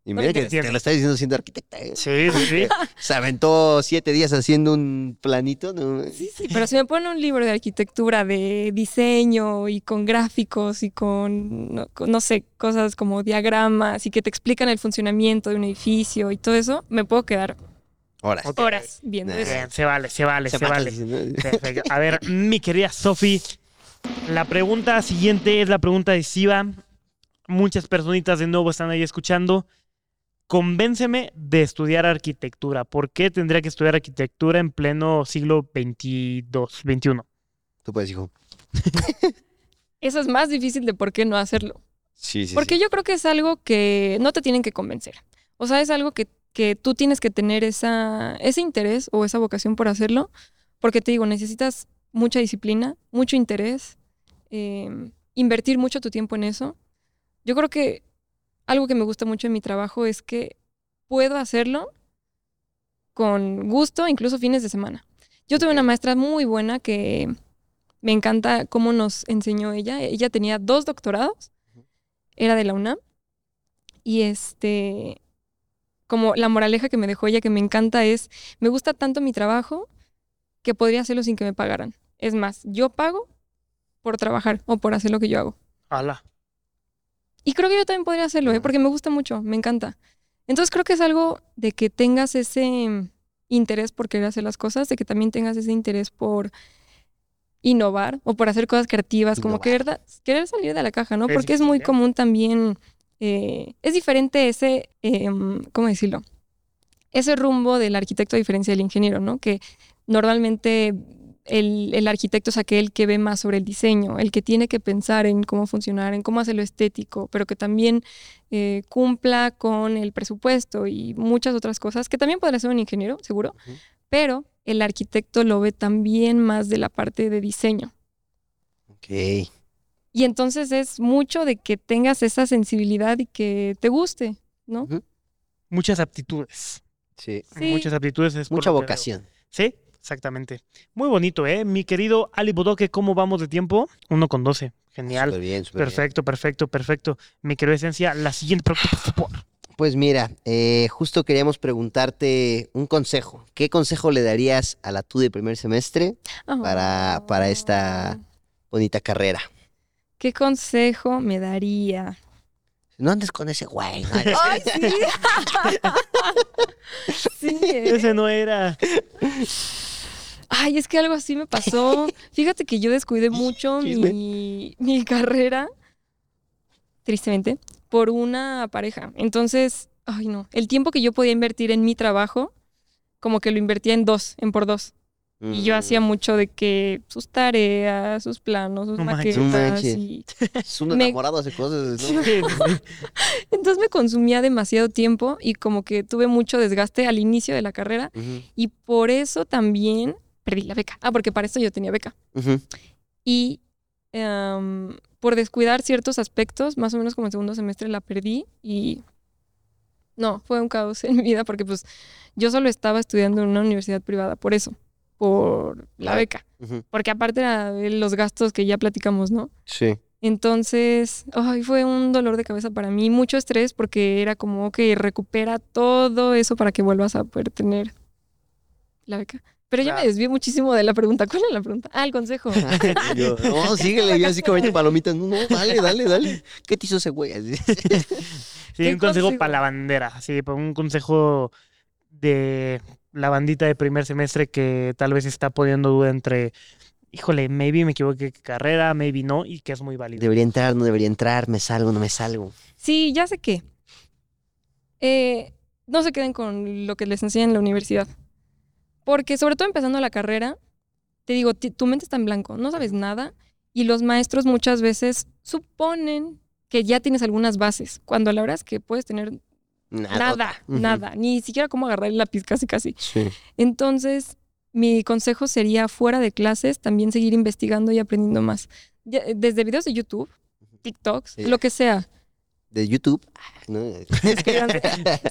Y No mira que entiendo. te lo está diciendo siendo arquitecta. ¿eh? Sí, sí, sí. Se aventó siete días haciendo un planito. ¿no? Sí, sí, pero si me ponen un libro de arquitectura, de diseño y con gráficos y con, no, con, no sé, cosas como diagramas y que te explican el funcionamiento de un edificio y todo eso, me puedo quedar Ahora. Ok. horas viendo Nah. eso. Bien, se vale, se vale, se, Se mata, vale. sí, ¿no? Perfecto. A ver, mi querida Sofi, la pregunta siguiente es la pregunta adhesiva. Muchas personitas de nuevo están ahí escuchando. Convénceme de estudiar arquitectura. ¿Por qué tendría que estudiar arquitectura en pleno siglo XXII, XXI? Tú puedes, hijo. Eso es más difícil de por qué no hacerlo. Sí, sí. Porque yo creo que es algo que no te tienen que convencer. O sea, es algo que, que tú tienes que tener esa, ese interés o esa vocación por hacerlo. Porque te digo, necesitas mucha disciplina, mucho interés, eh, invertir mucho tu tiempo en eso. Yo creo que algo que me gusta mucho en mi trabajo es que puedo hacerlo con gusto, incluso fines de semana. Yo tuve una maestra muy buena que me encanta cómo nos enseñó ella. Ella tenía dos doctorados era de la UNAM. Y este, como la moraleja que me dejó ella, que me encanta, es, me gusta tanto mi trabajo que podría hacerlo sin que me pagaran. Es más, yo pago por trabajar o por hacer lo que yo hago. Ala. Y creo que yo también podría hacerlo, ¿eh? porque me gusta mucho, me encanta. Entonces creo que es algo de que tengas ese mm, interés por querer hacer las cosas, de que también tengas ese interés por innovar o por hacer cosas creativas, como Innovar. querer, da- querer salir de la caja, ¿no? Es Porque es muy difícil, ¿eh? común también, eh, es diferente ese, eh, mm, ¿cómo decirlo? Ese rumbo del arquitecto a diferencia del ingeniero, ¿no? Que normalmente el, el arquitecto es aquel que ve más sobre el diseño, el que tiene que pensar en cómo funcionar, en cómo hacerlo estético, pero que también eh, cumpla con el presupuesto y muchas otras cosas, que también podría ser un ingeniero, seguro, Ujú. pero el arquitecto lo ve también más de la parte de diseño. Ok. Y entonces es mucho de que tengas esa sensibilidad y que te guste, ¿no? Ujú. Muchas aptitudes. Sí. Sí. Muchas aptitudes. es por Mucha lo que veo. vocación. Sí, exactamente. Muy bonito, ¿eh? Mi querido Ali Bodoque, ¿cómo vamos de tiempo? Uno con doce. Genial. Súper bien, súper bien. Perfecto, perfecto, perfecto. Mi querida esencia, la siguiente pregunta, por favor. Pues mira, eh, justo queríamos preguntarte un consejo. ¿Qué consejo le darías a la tú de primer semestre Ah. Para- para esta- bonita carrera? ¿Qué consejo me daría? No andes con ese güey. no, ¡Ay, sí! sí, ¿eh? Ese no era. Ay, es que algo así me pasó. Fíjate que yo descuidé mucho [LAUGHS] Chisme. mi, mi carrera, tristemente, por una pareja. Entonces, ay no, el tiempo que yo podía invertir en mi trabajo, como que lo invertía en dos, en por dos. [LAUGHS] Y yo hacía mucho de que sus tareas, sus planos, sus Mm. No manches. maquetas. No manches. y- [LAUGHS] [LAUGHS] Es un me- enamorado hace cosas. ¿no? Entonces me consumía demasiado tiempo y como que tuve mucho desgaste al inicio de la carrera. Ujú, Y por eso también perdí la beca. Ah, porque para eso yo tenía beca. ujú. y em, por descuidar ciertos aspectos, más o menos como en segundo semestre la perdí y no, fue un caos [LAUGHS] en mi vida porque pues yo solo estaba estudiando en una universidad privada, por eso, por la Claro. beca, Ujú. porque aparte era de los gastos que ya platicamos, ¿no? Sí. Entonces, ay, fue un dolor de cabeza para mí, mucho estrés porque era como que recupera todo eso para que vuelvas a poder tener la beca. Pero ya Claro. me desvié muchísimo de la pregunta. [LAUGHS] ¿Cuál es la pregunta? Ah, el consejo. [LAUGHS] Yo, no, síguele. Yo así comiendo palomitas. No, no, dale, dale, dale. ¿Qué te hizo ese güey? Así. Sí, ¿Qué un consejo consejo? para la bandera, así, para un consejo de la bandita de primer semestre que tal vez está poniendo duda entre, híjole, maybe me equivoqué de carrera, maybe no, y que es muy válido. Debería entrar, no debería entrar, me salgo, no me salgo. Sí, ya sé qué. Eh, no se queden con lo que les enseñan en la universidad. Porque sobre todo empezando la carrera, te digo, ti- tu mente está en blanco, no sabes nada y los maestros muchas veces suponen que ya tienes algunas bases, cuando la verdad es que puedes tener Nada. nada, Ah, Ujú. nada, ni siquiera cómo agarrar el lápiz casi casi. Sí. Entonces, mi consejo sería fuera de clases también seguir investigando y aprendiendo más. Ya- eh, Desde videos de YouTube, TikToks, Sí. lo [LAUGHS] que sea. De YouTube. Ah, no. [LAUGHS] suscríbanse,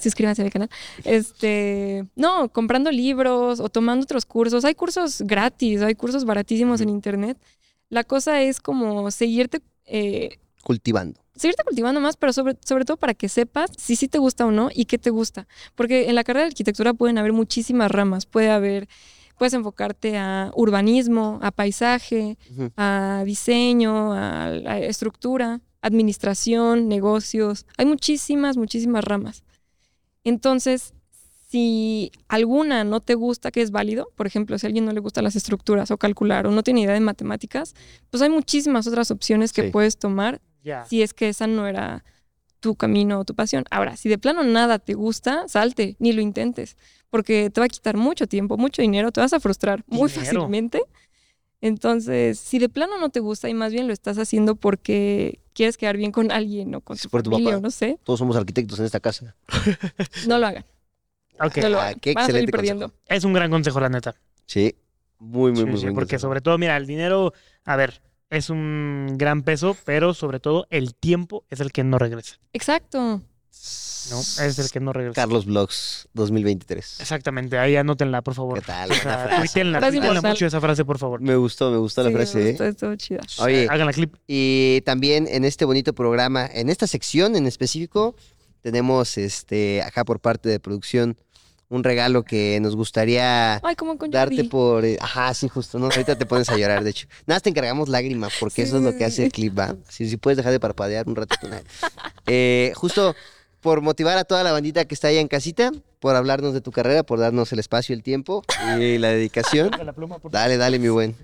suscríbanse a mi canal. Este, no, comprando libros o tomando otros cursos. Hay cursos gratis, hay cursos baratísimos en internet. La cosa es como seguirte, eh, Cultivando. seguirte cultivando más, pero sobre, sobre todo para que sepas si sí te gusta o no y qué te gusta. Porque en la carrera de arquitectura pueden haber muchísimas ramas. Puede haber, puedes enfocarte a urbanismo, a paisaje, Ujú. a diseño, a, a estructura, administración, negocios. Hay muchísimas, muchísimas ramas. Entonces, si alguna no te gusta, que es válido, por ejemplo, si a alguien no le gustan las estructuras o calcular o no tiene idea de matemáticas, pues hay muchísimas otras opciones que Sí. puedes tomar Ya. si es que esa no era tu camino o tu pasión. Ahora, si de plano nada te gusta, salte, ni lo intentes, porque te va a quitar mucho tiempo, mucho dinero, te vas a frustrar muy Dinero. fácilmente. Entonces, si de plano no te gusta y más bien lo estás haciendo porque quieres quedar bien con alguien o con Sí, tu por tu familia, papá. o no sé, Todos somos arquitectos en esta casa. no lo hagan. Ok, No lo Ah, hagan. qué Van a salir excelente perdiendo. es un gran consejo, la neta. Sí. Muy, muy, Sí, muy sí, buen porque consejo. sobre todo, mira, el dinero, a ver, es un gran peso, pero sobre todo el tiempo es el que no regresa, Exacto. ¿no? Es el que no regresa. Carlos Vlogs 2023. Exactamente, ahí anótenla, por favor. ¿Qué tal? O Buena sea, frase. tuítenla, Frase tuítenla inmortal. mucho esa frase, por favor. Me gustó, me gustó la Sí, me frase. ¿eh? gustó, estuvo chida. Oye, Háganla clip. Y también en este bonito programa, en esta sección en específico, tenemos este acá por parte de producción un regalo que nos gustaría Ay, como con darte Jordi. por. eh, Ajá, sí, justo, ¿no? Ahorita te pones a llorar, de hecho. Nada, más te encargamos lágrimas, porque Sí, eso es lo sí, que hace sí. el clip, ¿va? Si, si puedes dejar de parpadear un ratito. nada. Eh, justo por motivar a toda la bandita que está allá en casita, por hablarnos de tu carrera, por darnos el espacio, el tiempo y la dedicación. La pluma, por Dale, dale, mi buen.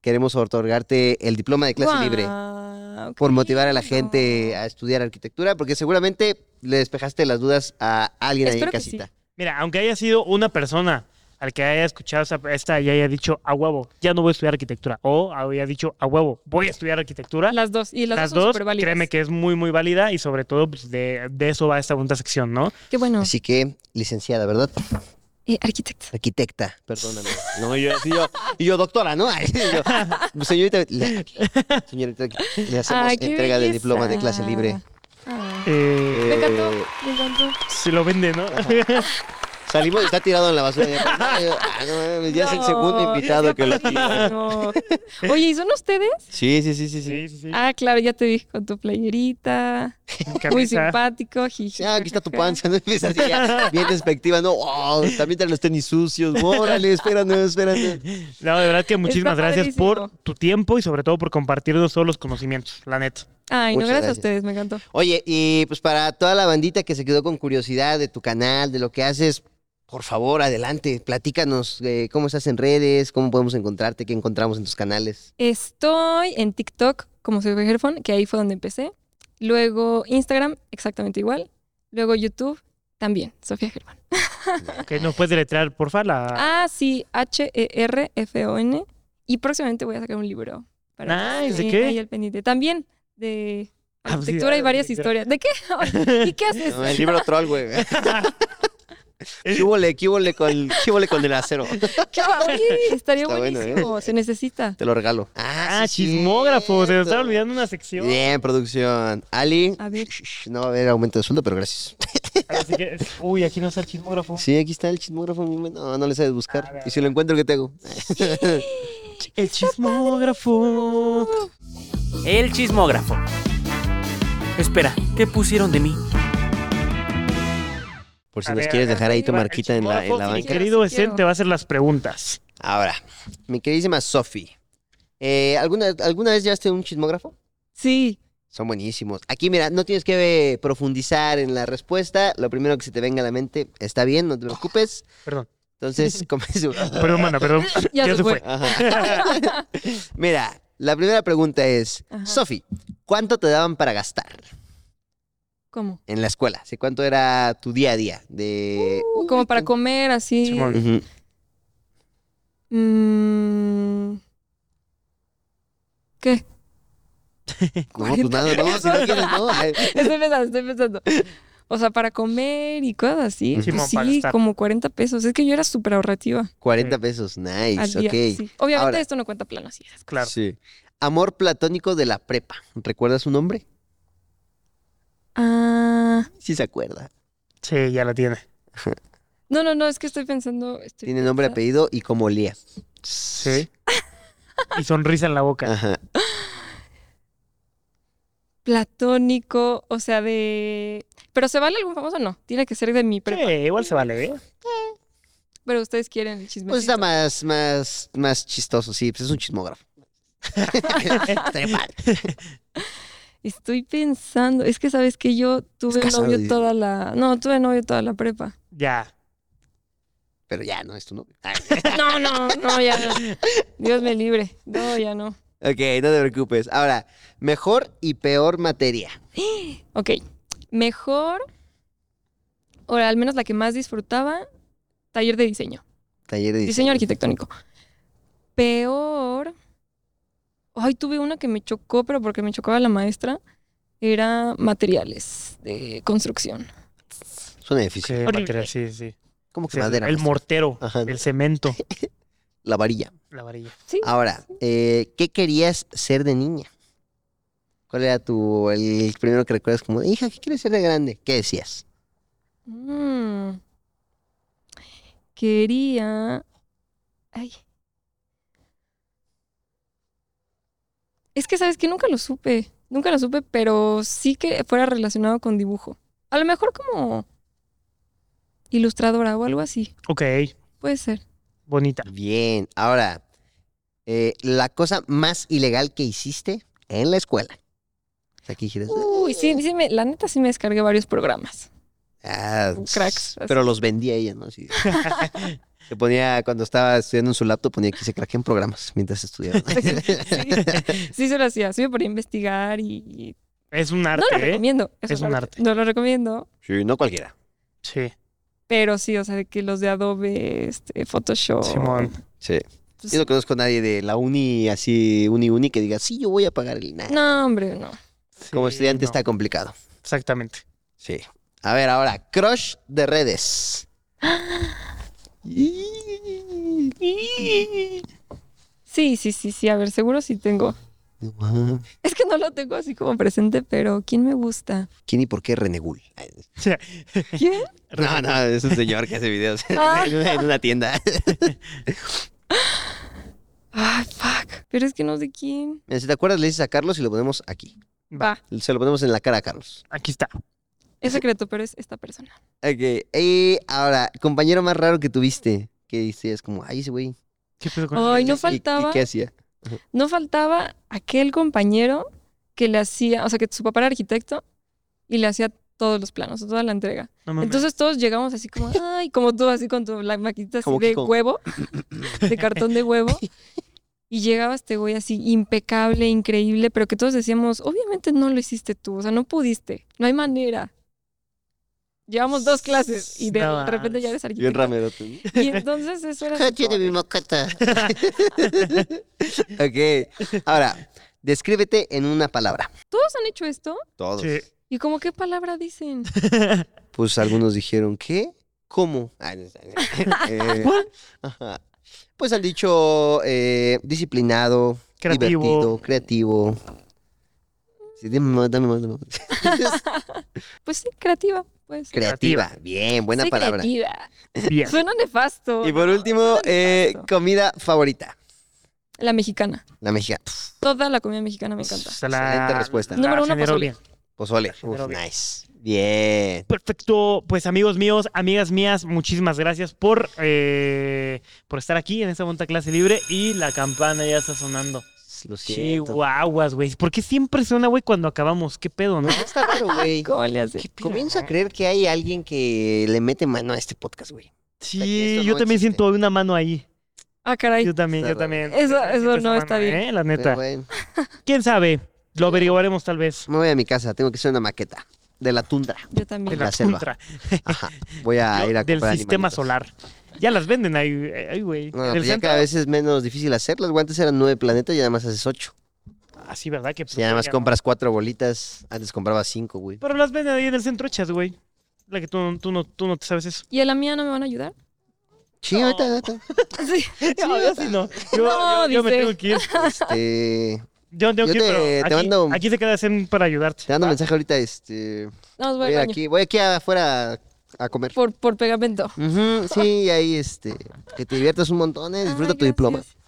Queremos otorgarte el diploma de clase libre Guau, qué por motivar a la lindo. gente a estudiar arquitectura, porque seguramente le despejaste las dudas a alguien ahí en Espero que casita. Mira, aunque haya sido una persona al que haya escuchado esa- esta y haya dicho a huevo, ya no voy a estudiar arquitectura, o había dicho a huevo, voy a estudiar arquitectura, Las dos. Y las, las dos, dos, son válidas. créeme que es muy, muy válida y sobre todo pues, de, de eso va esta bonita sección, ¿no? Qué bueno. Así que, licenciada, ¿verdad? Eh, arquitecto. Arquitecta, perdóname. No, yo, sí, yo- y yo, doctora, ¿no? [LAUGHS] Ay, yo, pues, señorita, le, señorita, le hacemos Ay, qué entrega del belleza. diploma de clase libre. Ah. Eh, Me encantó, Eh, me encantó. se lo vende, [LAUGHS] ¿no? Salimos, está tirado en la basura. Ya, Ah, no mames, ya es el No, segundo invitado es que lo [LAUGHS] No. Oye, ¿y son ustedes? Sí, sí, sí, sí, sí. sí, sí, sí. Ah, claro, ya te vi con tu playerita. Muy Camisa. simpático. jiji. Sí, ah, aquí está tu panza, ¿no? [LAUGHS] Empieza así ya, bien despectiva, ¿no? Oh, también traen los tenis sucios, órale, espéranos, espéranos. No, de verdad que muchísimas gracias por padrísimo. tu tiempo y sobre todo por compartirnos todos los conocimientos, la neta. Ay, no, Muchas gracias, a gracias. ustedes, me encantó. Oye, y pues para toda la bandita que se quedó con curiosidad de tu canal, de lo que haces, por favor, adelante, platícanos eh, cómo estás en redes, cómo podemos encontrarte, qué encontramos en tus [LAUGHS] canales. Estoy en TikTok como soy Herfon, que ahí fue donde empecé. Luego Instagram, exactamente igual. Luego YouTube, también, Sofía Germán. Que nos puedes deletrear, porfa, la... Ah, sí, E H-E-R-F-O-N. Y próximamente voy a sacar un libro. que Nice, ¿de estén qué? Ahí al pendiente. También de Ah, sí, arquitectura y ah, varias de- historias. ¿De qué? ¿Y qué haces? No, el libro troll, [LAUGHS] güey. Quíbole, quíbole con, quíbole con el acero. ¿Qué va? Oye, estaría Está bueno, buenísimo. Se necesita. Te lo regalo. Ah, chismógrafo, se nos estaba olvidando una sección. Bien, producción. Ali. A ver. No va a haber aumento de sueldo, pero gracias. Así que, uy, aquí no está el chismógrafo. Sí, aquí está el chismógrafo. mi men- No, no le sabes buscar. Oh. A ver, a y si lo encuentro, ¿qué te hago? El chismógrafo. El chismógrafo. Espera, ¿qué pusieron de mí? Por si A nos ver, quieres a dejar ahí tu El marquita en la, en la chismógrafo, Mi banca. querido Sí, quiero. Esen te va a hacer las preguntas. Ahora, mi queridísima Sofi. eh, ¿alguna, ¿Alguna vez llevaste un chismógrafo? Sí, Son buenísimos. Aquí, mira, no tienes que eh, profundizar en la respuesta. Lo primero que se te venga a la mente está bien, no te preocupes. Perdón. [LAUGHS] Entonces, comienza. Perdón, [LAUGHS] mana, perdón. Ya se fue. [LAUGHS] Ajá. Mira, la primera pregunta es, Ajá. Sofi, ¿cuánto te daban para gastar ¿Cómo? en la escuela? Sí, ¿Cuánto era tu día a día? De... Como para comer, así. Simón. Ujú. Mm. [LAUGHS] ¿Qué? No, pues nada, no, si no quieres, no. Ay, Estoy pensando, estoy pensando. O sea, para comer y cosas así. Simón, pues para sí, estar. como 40 pesos. Es que yo era súper ahorrativa 40 pesos, nice, al día. ok. sí. Obviamente Ahora- esto no cuenta plano así. esas cosas. Claro. Sí. Amor platónico de la prepa. ¿Recuerdas su nombre? Ah, Sí se acuerda. Sí, ya la tiene. no, no, no, es que estoy pensando. estoy Tiene nombre, pensando. apellido y cómo olía. Sí. Y sonrisa en la boca. Ajá. Platónico, o sea, de... Pero ¿se vale algún famoso? No, tiene que ser de mi Sí, prepa. igual se vale, ¿eh? Pero ustedes quieren el chisme. Pues está más, más, más chistoso, sí. Pues es un chismógrafo. Estaría padre. Estoy pensando, es que sabes que yo tuve casado, novio dice. toda la... No, tuve novio toda la prepa. Ya. Pero ya, no es tu nombre. Ay. No, no, no, ya no. Dios me libre. No, ya no. Ok, no te preocupes. Ahora, mejor y peor materia. Ok, mejor, o al menos la que más disfrutaba, taller de diseño, Taller de diseño arquitectónico. Peor, ay, tuve una que me chocó, pero porque me chocaba la maestra, era materiales de construcción. Suena difícil. Sí, Horrible. material, sí, sí. ¿Cómo que Sí, madera? el pues? mortero, Ajá. el cemento, La varilla. [LAUGHS] la varilla. Sí, Ahora, eh, ¿qué querías ser de niña? ¿Cuál era tu, el primero que recuerdas como, hija, ¿qué quieres ser de grande? ¿Qué decías? Mm. Quería. Ay. Es que sabes que nunca lo supe. Nunca lo supe, pero sí que fuera relacionado con dibujo. A lo mejor como ilustradora o algo así. Ok, Puede ser. bonita. Bien. Ahora, eh, la cosa más ilegal que hiciste en la escuela. Aquí quieres. Uy, sí, sí me- la neta sí me descargué varios programas. Ah, Cracks, así. Pero los vendía ella, ¿no? Así. Se ponía, cuando estaba estudiando en su laptop, ponía que se craquean programas mientras estudiaba. Sí, [LAUGHS] sí se lo hacía. Sí me ponía a investigar y. y- Es un No arte, lo ¿eh? recomiendo. eso Es no un lo- arte. No lo recomiendo. Sí, no cualquiera. Sí, Pero sí, o sea, de que los de Adobe, este, Photoshop. Simón. Sí. pues, Yo no conozco a nadie de la uni, así, uni, uni, que diga, sí, yo voy a pagar el INAH. no, hombre, no. Como Sí, estudiante no, está complicado. Exactamente. Sí. A ver, ahora, crush de redes. Sí, sí, sí, sí. A ver, seguro sí tengo. [LAUGHS] No mames. Es que no lo tengo así como presente, pero ¿quién [LAUGHS] me gusta? ¿Quién y por qué Renegul? ¿Quién? No, no, es un señor que hace [LAUGHS] videos Ah. en una- en una tienda. Ay, fuck. Pero es que no sé quién. [LAUGHS] Mira, Si te acuerdas, le dices a Carlos y lo ponemos aquí. Va, Se lo ponemos en la cara a Carlos. Aquí está. es secreto, pero es esta persona. Ok. Y ahora, compañero más raro que tuviste. Que dices como, ay, ese güey. ¿Qué pedo con Ay, no ¿y- ¿Y, faltaba, qué hacía? no faltaba aquel compañero que le hacía, o sea, que su papá era arquitecto y le hacía todos los planos, toda la entrega. No mames. Entonces todos llegamos así como, ay, como tú, así con tu la maquinita así Como que de con- huevo, de cartón [LAUGHS] de huevo. Y llegaba este güey así impecable, increíble, pero que todos decíamos, obviamente no lo hiciste tú, o sea, no pudiste, no hay manera. Llevamos dos clases y de No repente ya mames. eres Bien arquitecto. ramerote. [LAUGHS] ¿no? Y entonces eso era... así como [LAUGHS] Tiene de- mi mocata. ok. Ahora, descríbete en una palabra. Todos han hecho esto Todos. [LAUGHS] Sí. y como qué palabra dicen. Pues algunos dijeron, ¿qué? ¿Cómo? Ay, no sé. [LAUGHS] Eh, ajá. Pues han dicho eh, disciplinado, Creativo. divertido, creativo. Sí, dime más, dame más, dame más. Pues sí, creativa, pues. creativa. Bien, buena Soy palabra. creativa. Bien. Suena nefasto. Y por último, eh, Exacto. comida favorita. La mexicana. La mexicana. Toda la comida mexicana Pues, me encanta. Se la- Excelente respuesta. la Número uno, generó pozole. bien. Pozole. Pero Uf, bien. nice. Bien. Perfecto, pues amigos míos, amigas mías, muchísimas gracias por, eh, por estar aquí en esta bonita clase libre y la campana ya está sonando. Alex, lo siento. Chihuahuas, güey. ¿Por qué siempre suena, güey, cuando acabamos? ¿Qué pedo, [LAUGHS] no? Está raro, güey. ¿Cómo le hace? Comienzo a creer que hay alguien que le mete mano a este podcast, güey. Sí, que esto yo no también existe. siento una mano ahí. Ah, caray. Yo también, Está yo también. Eso- eso Siento no esa está bien. ¿eh? La Pero neta. bueno, ¿Quién sabe? Lo averiguaremos tal vez. me voy a mi casa, tengo que hacer una maqueta de la tundra. Yo De también. la, la selva. tundra, Ajá. Voy a [LAUGHS] yo- ir a del comprar sistema animalitos. solar. Ya las venden ahí, eh, ay, güey. No, En el pues ya centro- cada vez es menos difícil hacerlas. güey. Antes eran nueve planetas y nada más haces ocho. Ah, sí, ¿verdad? Que Si pues nada más ya no. compras cuatro bolitas, antes compraba cinco, güey. Pero las venden ahí en el centro hechas, güey. La que tú, no- tú, no, tú no te sabes eso. ¿Y a la mía no me van a ayudar? Sí, ahorita, ahorita. Sí. no, yo sí no. Yo, No, yo- yo me dice. tengo que ir. Este, Yo me tengo Yo que ir, te- pero te aquí, mando- aquí se queda Zen para ayudarte. te mando ¿va? mensaje ahorita, este. Vamos, voy Voy al baño. aquí, voy aquí afuera a [LAUGHS] comer. Por, por pegamento. Ujú, sí, ahí este. Que te diviertas un montón, eh. Disfruta Ay, tu diploma. Ah, gracias.